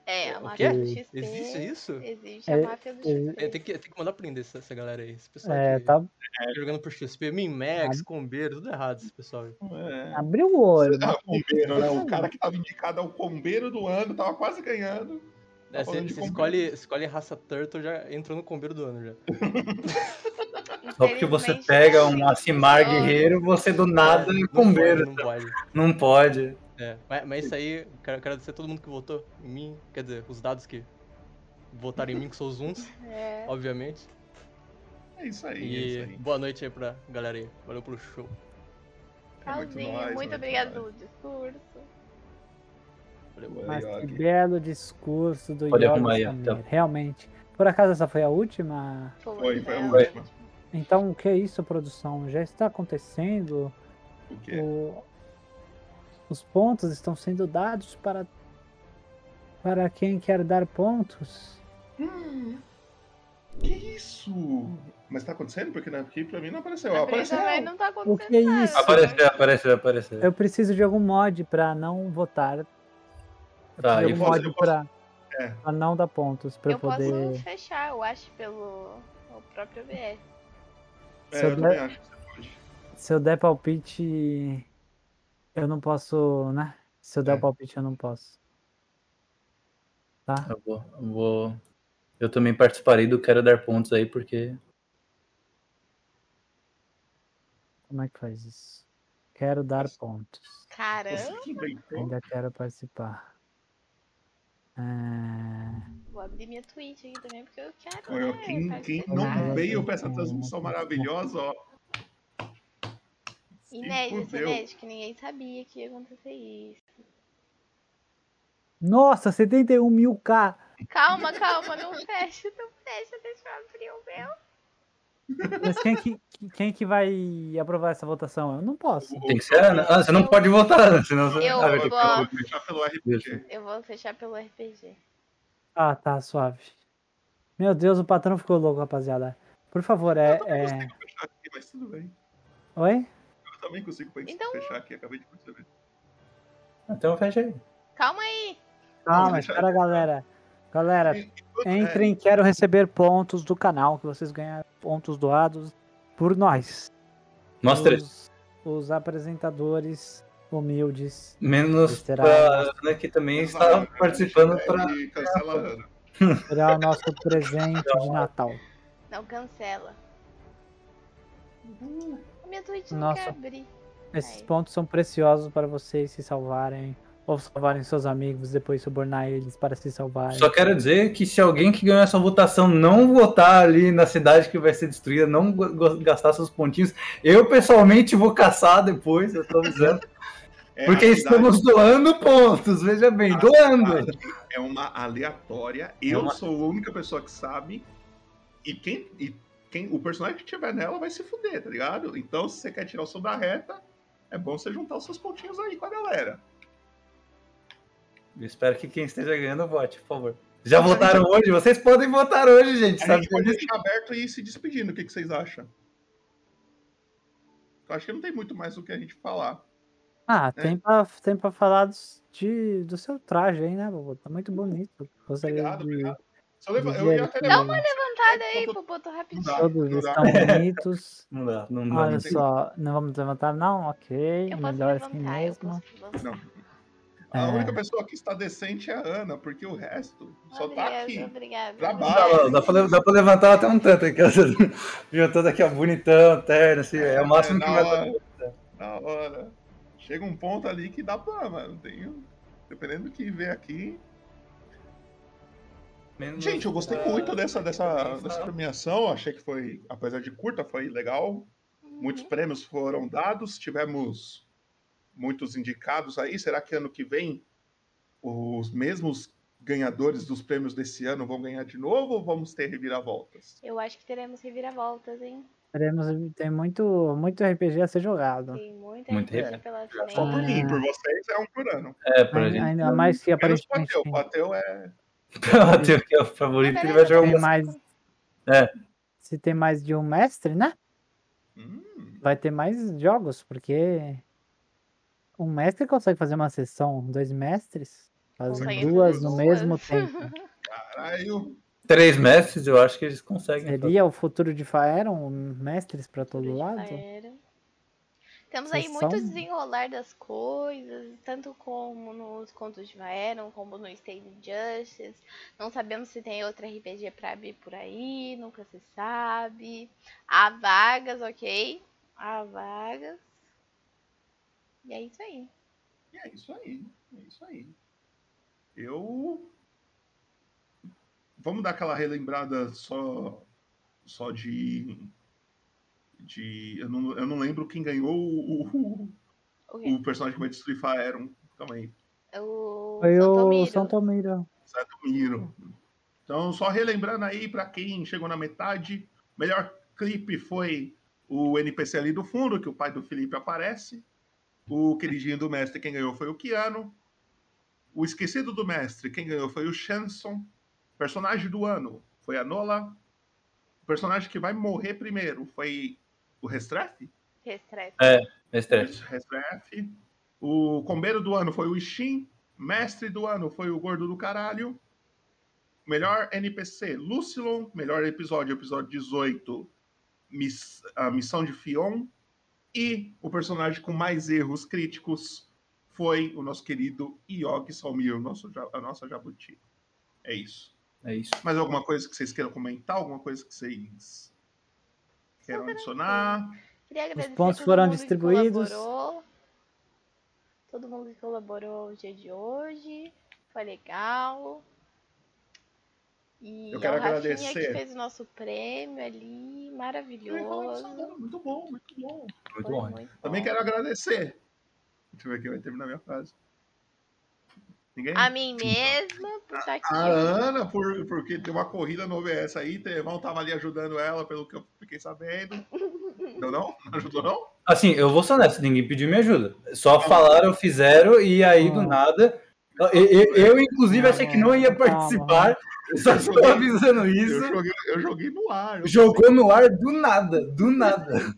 Speaker 3: É, a
Speaker 9: O
Speaker 3: máfia do
Speaker 4: quê?
Speaker 3: XP.
Speaker 9: Existe isso?
Speaker 3: Existe a
Speaker 4: É,
Speaker 3: máfia do XP.
Speaker 9: É, tem, que, tem que mandar prender essa, essa galera aí. Esse pessoal
Speaker 4: É,
Speaker 9: que
Speaker 4: tá...
Speaker 9: fica jogando por XP, Minmax, Combeiro, tudo errado esse pessoal. aí.
Speaker 2: É.
Speaker 4: Abriu o olho.
Speaker 2: Ah, o combeiro, né? O cara que tava indicado ao combeiro do ano, tava quase ganhando. Tá
Speaker 9: É,
Speaker 2: falando
Speaker 9: você
Speaker 2: de
Speaker 9: você
Speaker 2: combeiro.
Speaker 9: escolhe, escolhe raça Turtle, já entrou no Combeiro do ano já.
Speaker 1: Só porque você
Speaker 3: Infelizmente, É,
Speaker 1: pega
Speaker 3: não.
Speaker 1: um Acimar
Speaker 3: Não.
Speaker 1: guerreiro, você do nada
Speaker 9: É,
Speaker 1: é
Speaker 9: não
Speaker 1: combeiro.
Speaker 9: pode, Não pode.
Speaker 1: Não pode.
Speaker 9: É, mas, mas isso aí, quero, quero agradecer a todo mundo que votou em mim. Quer dizer, os dados que votaram em mim, que são os uns,
Speaker 3: É.
Speaker 9: obviamente.
Speaker 2: É isso aí, é
Speaker 9: E
Speaker 2: isso aí.
Speaker 9: boa noite aí pra galera aí. Valeu pelo show.
Speaker 2: É muito
Speaker 3: Tchauzinho,
Speaker 2: nóis,
Speaker 3: muito,
Speaker 2: muito nóis.
Speaker 3: obrigado pelo discurso.
Speaker 9: Valeu.
Speaker 4: Mas
Speaker 2: Aí, ó,
Speaker 4: que
Speaker 2: aqui.
Speaker 4: belo discurso do
Speaker 1: Pode
Speaker 4: Yoga
Speaker 1: arrumar aí, então. ó,
Speaker 4: Samir, Realmente. Por acaso essa foi a última?
Speaker 2: Foi, foi a
Speaker 3: né?
Speaker 2: última.
Speaker 4: Então o que é isso, produção? Já está acontecendo?
Speaker 2: O quê?
Speaker 4: O- Os pontos estão sendo dados para... Para quem quer dar pontos?
Speaker 2: Que isso? Mas tá acontecendo? Porque na- aqui pra mim não apareceu. Ó,
Speaker 3: Mas
Speaker 2: apareceu.
Speaker 3: também não tá
Speaker 4: O
Speaker 3: acontecendo
Speaker 4: que é isso?
Speaker 1: Apareceu, apareceu, apareceu.
Speaker 4: Eu preciso de algum mod pra não votar. Eu
Speaker 1: Tá,
Speaker 4: preciso de
Speaker 1: eu
Speaker 4: algum
Speaker 2: posso-
Speaker 4: mod
Speaker 2: eu posso-
Speaker 4: pra,
Speaker 2: É.
Speaker 4: pra não dar pontos, pra
Speaker 3: Eu
Speaker 4: eu poder.
Speaker 3: posso fechar, eu acho, pelo o próprio BR.
Speaker 2: É, eu
Speaker 4: Sobre-
Speaker 2: também acho que você pode.
Speaker 4: Se eu der palpite, eu não posso, né? Se eu
Speaker 2: É.
Speaker 4: der palpite, eu não posso. Tá?
Speaker 1: Eu vou, eu vou- eu também participarei do Quero Dar Pontos aí, porque.
Speaker 4: Como é que faz isso? Quero dar
Speaker 2: Isso.
Speaker 4: pontos.
Speaker 3: Caramba,
Speaker 2: Você que inventou.
Speaker 4: Ainda quero participar. É,
Speaker 3: vou abrir minha Twitch aqui também, porque eu quero.
Speaker 2: Olha,
Speaker 3: né,
Speaker 2: Quem, quem
Speaker 3: participar.
Speaker 2: não veio pra essa transmissão maravilhosa, ó. Se
Speaker 3: Inédito,
Speaker 2: fudeu.
Speaker 3: inédito, que ninguém sabia que ia acontecer isso.
Speaker 4: Nossa, 71 mil K!
Speaker 3: Calma, calma, não fecha, não fecha, deixa eu abrir o meu.
Speaker 4: Mas quem é que, quem que vai aprovar essa votação? Eu não posso.
Speaker 1: Tem que ser. Ana. Ah, você não pode votar, senão você.
Speaker 3: Eu
Speaker 1: Ah, vai
Speaker 2: Vou
Speaker 1: ter que-
Speaker 3: vou-
Speaker 2: fechar pelo RPG.
Speaker 1: Deixa.
Speaker 3: Eu vou fechar pelo RPG.
Speaker 4: Ah, tá, suave. Meu Deus, o patrão ficou louco, rapaziada. Por favor, é. é-
Speaker 2: Fechar aqui, mas tudo bem.
Speaker 4: Oi?
Speaker 2: Eu também consigo pe-
Speaker 3: Então-
Speaker 2: fechar aqui, acabei de perceber.
Speaker 1: Então fecha aí.
Speaker 3: Calma aí.
Speaker 4: Calma,
Speaker 2: deixa-
Speaker 4: espera, galera. Galera,
Speaker 2: Tudo- é,
Speaker 4: entrem, quero receber pontos do canal, que vocês ganham pontos doados por nós.
Speaker 1: Nós três.
Speaker 4: Os, os apresentadores humildes.
Speaker 1: Menos
Speaker 4: Será?
Speaker 1: pra Ana, que também está
Speaker 2: Exato,
Speaker 1: participando
Speaker 2: é,
Speaker 1: pra.
Speaker 2: e Cancela a Ana.
Speaker 4: Será o nosso presente de Natal.
Speaker 3: Não, cancela.
Speaker 2: Uhum.
Speaker 3: A minha Twitch não
Speaker 4: Nossa.
Speaker 3: quer abrir.
Speaker 4: Esses
Speaker 3: Aí.
Speaker 4: pontos são preciosos para vocês se salvarem. Ou salvarem seus amigos, depois subornar eles para se salvarem.
Speaker 1: Só quero dizer que se alguém que ganhou essa votação não votar ali na cidade que vai ser destruída, não go- go- gastar seus pontinhos, eu pessoalmente vou caçar depois, eu tô avisando.
Speaker 2: É,
Speaker 1: porque
Speaker 2: a
Speaker 1: estamos doando pontos, veja bem,
Speaker 2: A
Speaker 1: doando.
Speaker 2: cidade É uma aleatória. Eu
Speaker 1: uma-
Speaker 2: sou a única pessoa que sabe. E quem, e quem. O personagem que tiver nela vai se fuder, tá ligado? Então, se você quer tirar o som da reta, é bom você juntar os seus pontinhos aí com a galera.
Speaker 1: Eu espero que quem esteja ganhando vote, por favor. Já votaram hoje? Vocês podem votar hoje, gente.
Speaker 2: A
Speaker 1: Sabe
Speaker 2: gente pode
Speaker 1: disso?
Speaker 2: deixar aberto e ir se despedindo. O que, que vocês acham? Eu acho que não tem muito mais o que a gente falar.
Speaker 4: Ah,
Speaker 2: É.
Speaker 4: tem pra, tem pra falar dos, de, do seu traje aí, né, Bobo? Tá muito bonito. Gostaria
Speaker 2: Obrigado,
Speaker 4: de
Speaker 2: obrigado. Se eu, leva-
Speaker 4: dizer
Speaker 2: eu ia até
Speaker 4: que
Speaker 2: levar.
Speaker 3: Levantada aí,
Speaker 2: Não
Speaker 3: Boboto, rapidinho.
Speaker 2: dá,
Speaker 4: todos
Speaker 2: não dá.
Speaker 4: estão bonitos.
Speaker 1: Não dá, não dá.
Speaker 4: Olha
Speaker 1: não
Speaker 2: tem-
Speaker 4: só, não vamos levantar não? Ok,
Speaker 3: Eu posso
Speaker 4: melhor assim
Speaker 3: levantar, eu
Speaker 4: mesmo.
Speaker 3: posso levantar.
Speaker 2: Não. A
Speaker 4: É.
Speaker 2: única pessoa que está decente é a Ana, porque o resto só tá
Speaker 3: Obrigada,
Speaker 2: aqui.
Speaker 3: obrigada.
Speaker 2: Pra baixo.
Speaker 6: Dá, dá pra, le- dá pra levantar até um tanto aqui, ó. Juntando aqui, ó, bonitão, terno, assim, é o máximo
Speaker 2: É,
Speaker 6: que
Speaker 2: na
Speaker 6: vai
Speaker 2: hora. Da hora. Chega um ponto ali que dá pra, mano. Tem... Dependendo do que vê aqui.
Speaker 1: Menos-
Speaker 2: Gente, eu gostei
Speaker 1: Ah,
Speaker 2: muito né? dessa, dessa,
Speaker 1: pensar.
Speaker 2: dessa premiação. Achei que foi, apesar de curta, foi legal.
Speaker 3: Uhum.
Speaker 2: Muitos prêmios foram dados. Tivemos muitos indicados aí. Será que ano que vem os mesmos ganhadores dos prêmios desse ano vão ganhar de novo ou vamos ter reviravoltas?
Speaker 3: Eu acho que teremos reviravoltas, hein?
Speaker 4: Teremos, tem muito, muito RPG a ser jogado.
Speaker 3: Tem muita
Speaker 1: Muito
Speaker 3: gente
Speaker 2: é.
Speaker 3: pela
Speaker 2: Só por
Speaker 3: frente.
Speaker 2: mim, por vocês é um por ano.
Speaker 1: É, pra
Speaker 4: Ai-
Speaker 1: gente.
Speaker 4: Ainda mais que
Speaker 2: Menos o
Speaker 4: aparentemente
Speaker 2: Ateu. O
Speaker 4: tem,
Speaker 2: Ateu é
Speaker 1: Bateu um aqui, ó, o favorito, ele vai jogar
Speaker 4: tem
Speaker 1: um.
Speaker 4: mais.
Speaker 1: É.
Speaker 4: Se tem mais de um mestre, né?
Speaker 2: Hum,
Speaker 4: Vai ter mais jogos, porque um mestre consegue fazer uma sessão, dois mestres fazem
Speaker 3: Consegue fazer
Speaker 4: duas no
Speaker 3: duas.
Speaker 4: mesmo tempo.
Speaker 2: caralho.
Speaker 1: Três mestres, eu acho que eles conseguem. fazer.
Speaker 4: Seria o futuro de Faeron, mestres pra todo lado?
Speaker 3: Era. Temos aí
Speaker 4: um? Vocês
Speaker 3: muito
Speaker 4: são-
Speaker 3: desenrolar das coisas, tanto como nos contos de Vaeron, como no State Justice. Não sabemos se tem outra RPG pra abrir por aí, nunca se sabe. Há vagas, ok? Há vagas. E é isso aí.
Speaker 2: E é isso aí. É isso aí. Eu. Vamos dar aquela relembrada só. Só de. De. Eu não, eu não lembro quem ganhou o, o-
Speaker 3: O
Speaker 2: o,
Speaker 4: Hum.
Speaker 3: quê?
Speaker 2: o personagem que vai destruir Faeron. Calma aí.
Speaker 3: O
Speaker 4: Foi o
Speaker 3: Santomiro.
Speaker 4: São Tomiro.
Speaker 2: Satomiro. Então, só relembrando aí, pra quem chegou na metade, o melhor clipe foi o NPC ali do fundo, que o pai do Felipe aparece. O queridinho do mestre, quem ganhou foi o Keanu. O esquecido do mestre, quem ganhou foi o Shanson. Personagem do ano foi a Nola. O personagem que vai morrer primeiro foi o Restrefe?
Speaker 3: Restref.
Speaker 1: Mestre.
Speaker 2: SRF. O combeiro do ano foi o Ishin. Mestre do ano foi o Gordo do Caralho. Melhor NPC, Lucilon. Melhor episódio, episódio 18, Miss- a Missão de Fion. E o personagem com mais erros críticos foi o nosso querido Yogi Salmir, o nosso, ja- a nossa Jabuti. É isso.
Speaker 1: É isso.
Speaker 2: Mais alguma coisa que vocês queiram comentar? Alguma coisa que vocês queiram adicionar?
Speaker 3: Queria agradecer
Speaker 4: pontos
Speaker 3: todo
Speaker 4: foram
Speaker 3: mundo que
Speaker 4: distribuídos.
Speaker 3: colaborou. Todo mundo que colaborou o dia de hoje. Foi legal. E
Speaker 2: Eu quero
Speaker 3: ao Rafinha
Speaker 2: agradecer.
Speaker 3: que fez o nosso prêmio ali. Maravilhoso.
Speaker 2: Muito bom, muito bom.
Speaker 1: Muito
Speaker 3: Foi
Speaker 1: bom.
Speaker 3: muito
Speaker 2: Também
Speaker 3: bom.
Speaker 2: quero agradecer. Deixa eu ver aqui, vai terminar minha frase. Ninguém?
Speaker 3: A mim mesma, por estar aqui.
Speaker 2: A Ana, por, porque teve uma corrida no OBS aí, Trevão tava ali ajudando ela, pelo que eu fiquei sabendo. Não, não? Não ajudou, não?
Speaker 1: Assim, eu vou ser honesto, ninguém pediu minha ajuda. Só falaram, fizeram, e aí do
Speaker 4: Ah.
Speaker 1: nada. Eu, eu- eu, inclusive,
Speaker 4: Ah,
Speaker 1: achei que não ia
Speaker 4: calma.
Speaker 1: participar, só estou avisando
Speaker 2: Eu
Speaker 1: isso.
Speaker 2: joguei, eu joguei no ar. eu-
Speaker 1: Jogou no ar do nada, do nada.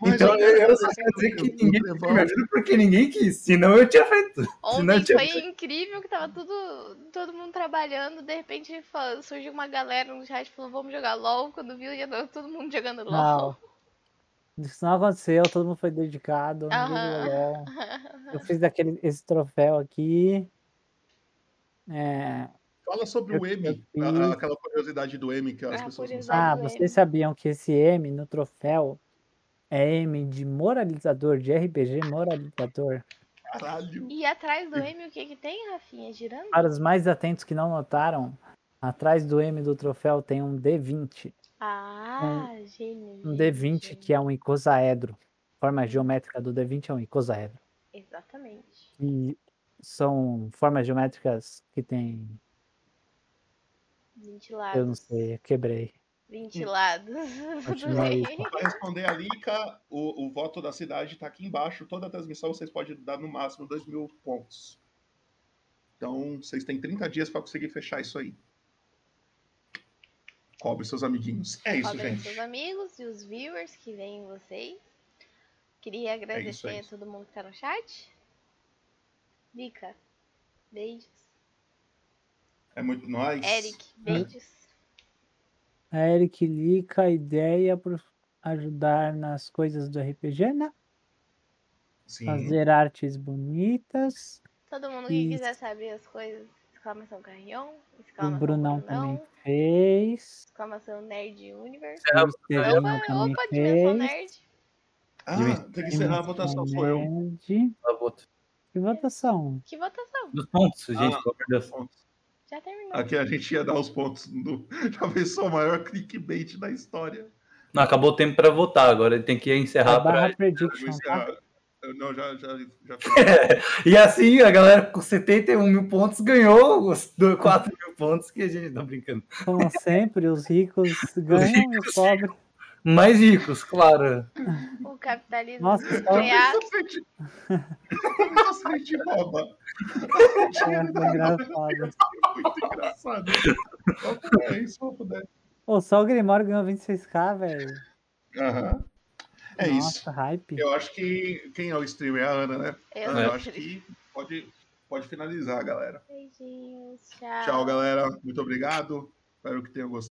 Speaker 2: Mas
Speaker 1: então,
Speaker 2: quero
Speaker 1: eu, eu só
Speaker 2: agradecer
Speaker 1: quero dizer
Speaker 2: o-
Speaker 1: que
Speaker 2: o
Speaker 1: ninguém pediu
Speaker 2: Trevão.
Speaker 1: minha ajuda porque ninguém quis, senão eu tinha feito. não,
Speaker 3: Ontem
Speaker 1: tinha-
Speaker 3: foi incrível que tava tudo, todo mundo trabalhando, de repente fa- surgiu uma galera no chat e falou, vamos jogar LOL. Quando viu, já tava todo mundo jogando LOL.
Speaker 4: Não. Isso não aconteceu, todo mundo foi dedicado. ninguém
Speaker 3: Aham.
Speaker 4: jogou. Eu fiz daquele, esse troféu aqui. É,
Speaker 2: Fala sobre o M,
Speaker 4: eu
Speaker 2: a-
Speaker 4: fiz.
Speaker 2: aquela curiosidade do M que as
Speaker 3: Ah,
Speaker 2: pessoas não
Speaker 3: curiosidade.
Speaker 2: sabem.
Speaker 4: Ah,
Speaker 3: do M.
Speaker 4: vocês sabiam que esse M no troféu é M de moralizador, de RPG moralizador?
Speaker 2: Caralho.
Speaker 3: E atrás do M, o que que tem, Rafinha? Girando?
Speaker 4: Para os mais atentos que não notaram, atrás do M do troféu tem um D20.
Speaker 3: Ah, gênio.
Speaker 4: Um
Speaker 3: gênio,
Speaker 4: D20
Speaker 3: gênio.
Speaker 4: que é um icosaedro. A forma geométrica do D20 é um icosaedro.
Speaker 3: Exatamente.
Speaker 4: E são formas geométricas que tem.
Speaker 3: 20 lados.
Speaker 4: Eu não sei, eu quebrei.
Speaker 3: 20 lados. Tudo
Speaker 4: Continua aí.
Speaker 3: bem.
Speaker 2: Pra responder a Lica, o, o voto da cidade tá aqui embaixo. Toda a transmissão vocês podem dar no máximo 2 mil pontos. Então, vocês têm 30 dias pra conseguir fechar isso aí. Cobre seus amiguinhos. É isso,
Speaker 3: Cobrem
Speaker 2: gente.
Speaker 3: seus amigos e os viewers que veem vocês. Queria agradecer
Speaker 2: isso, é
Speaker 3: a todo mundo que tá no chat. Lica, beijos.
Speaker 2: É muito nóis.
Speaker 3: Eric,
Speaker 4: Hum.
Speaker 3: beijos.
Speaker 4: A Eric Lica, ideia por ajudar nas coisas do RPG, né?
Speaker 2: Sim.
Speaker 4: fazer artes bonitas,
Speaker 3: Todo mundo que
Speaker 4: Isso.
Speaker 3: quiser saber as coisas, exclamação Carrion,
Speaker 4: O
Speaker 3: exclamação
Speaker 4: Brunão
Speaker 3: Brunão,
Speaker 4: também fez.
Speaker 3: exclamação Nerd Universe.
Speaker 4: O
Speaker 3: Opa,
Speaker 4: Estevão também
Speaker 3: opa, Dimensão
Speaker 4: fez.
Speaker 3: Nerd.
Speaker 2: Ah, tem que encerrar a votação, um sou
Speaker 4: um
Speaker 2: eu.
Speaker 4: Nerd. Que votação?
Speaker 3: Que votação,
Speaker 1: Dos pontos, gente,
Speaker 2: Ah.
Speaker 1: pelo amor de Deus.
Speaker 3: já terminou.
Speaker 2: Aqui a gente ia dar os pontos do. Talvez sou o maior clickbait da história.
Speaker 1: Não, acabou o tempo pra votar, agora ele tem que encerrar.
Speaker 4: A
Speaker 1: pra-
Speaker 4: É barra prediction,
Speaker 2: Mas,
Speaker 4: tá?
Speaker 2: ah, eu não, já, já, já
Speaker 1: E assim, a galera com 71 mil pontos ganhou os 4 mil pontos que a gente tá brincando.
Speaker 4: Como sempre, os ricos ganham e os pobres.
Speaker 1: Mais ricos, claro.
Speaker 3: O capitalismo
Speaker 4: Nossa, só
Speaker 3: Foi a-
Speaker 2: Eu senti- Eu senti um boba.
Speaker 4: é engraçado.
Speaker 2: Muito engraçado. É Só puder, só puder.
Speaker 4: Ô, só o Grimório ganhou 26k, velho.
Speaker 2: Aham. É
Speaker 4: Nossa,
Speaker 2: isso.
Speaker 4: hype.
Speaker 2: Eu acho que quem é o streamer é a Ana, né?
Speaker 3: Eu
Speaker 2: Ana, eu
Speaker 3: sou
Speaker 2: acho
Speaker 3: triste.
Speaker 2: que pode, pode finalizar, galera.
Speaker 3: Beijinhos, tchau.
Speaker 2: Tchau, galera. Muito obrigado. Espero que tenham gostado.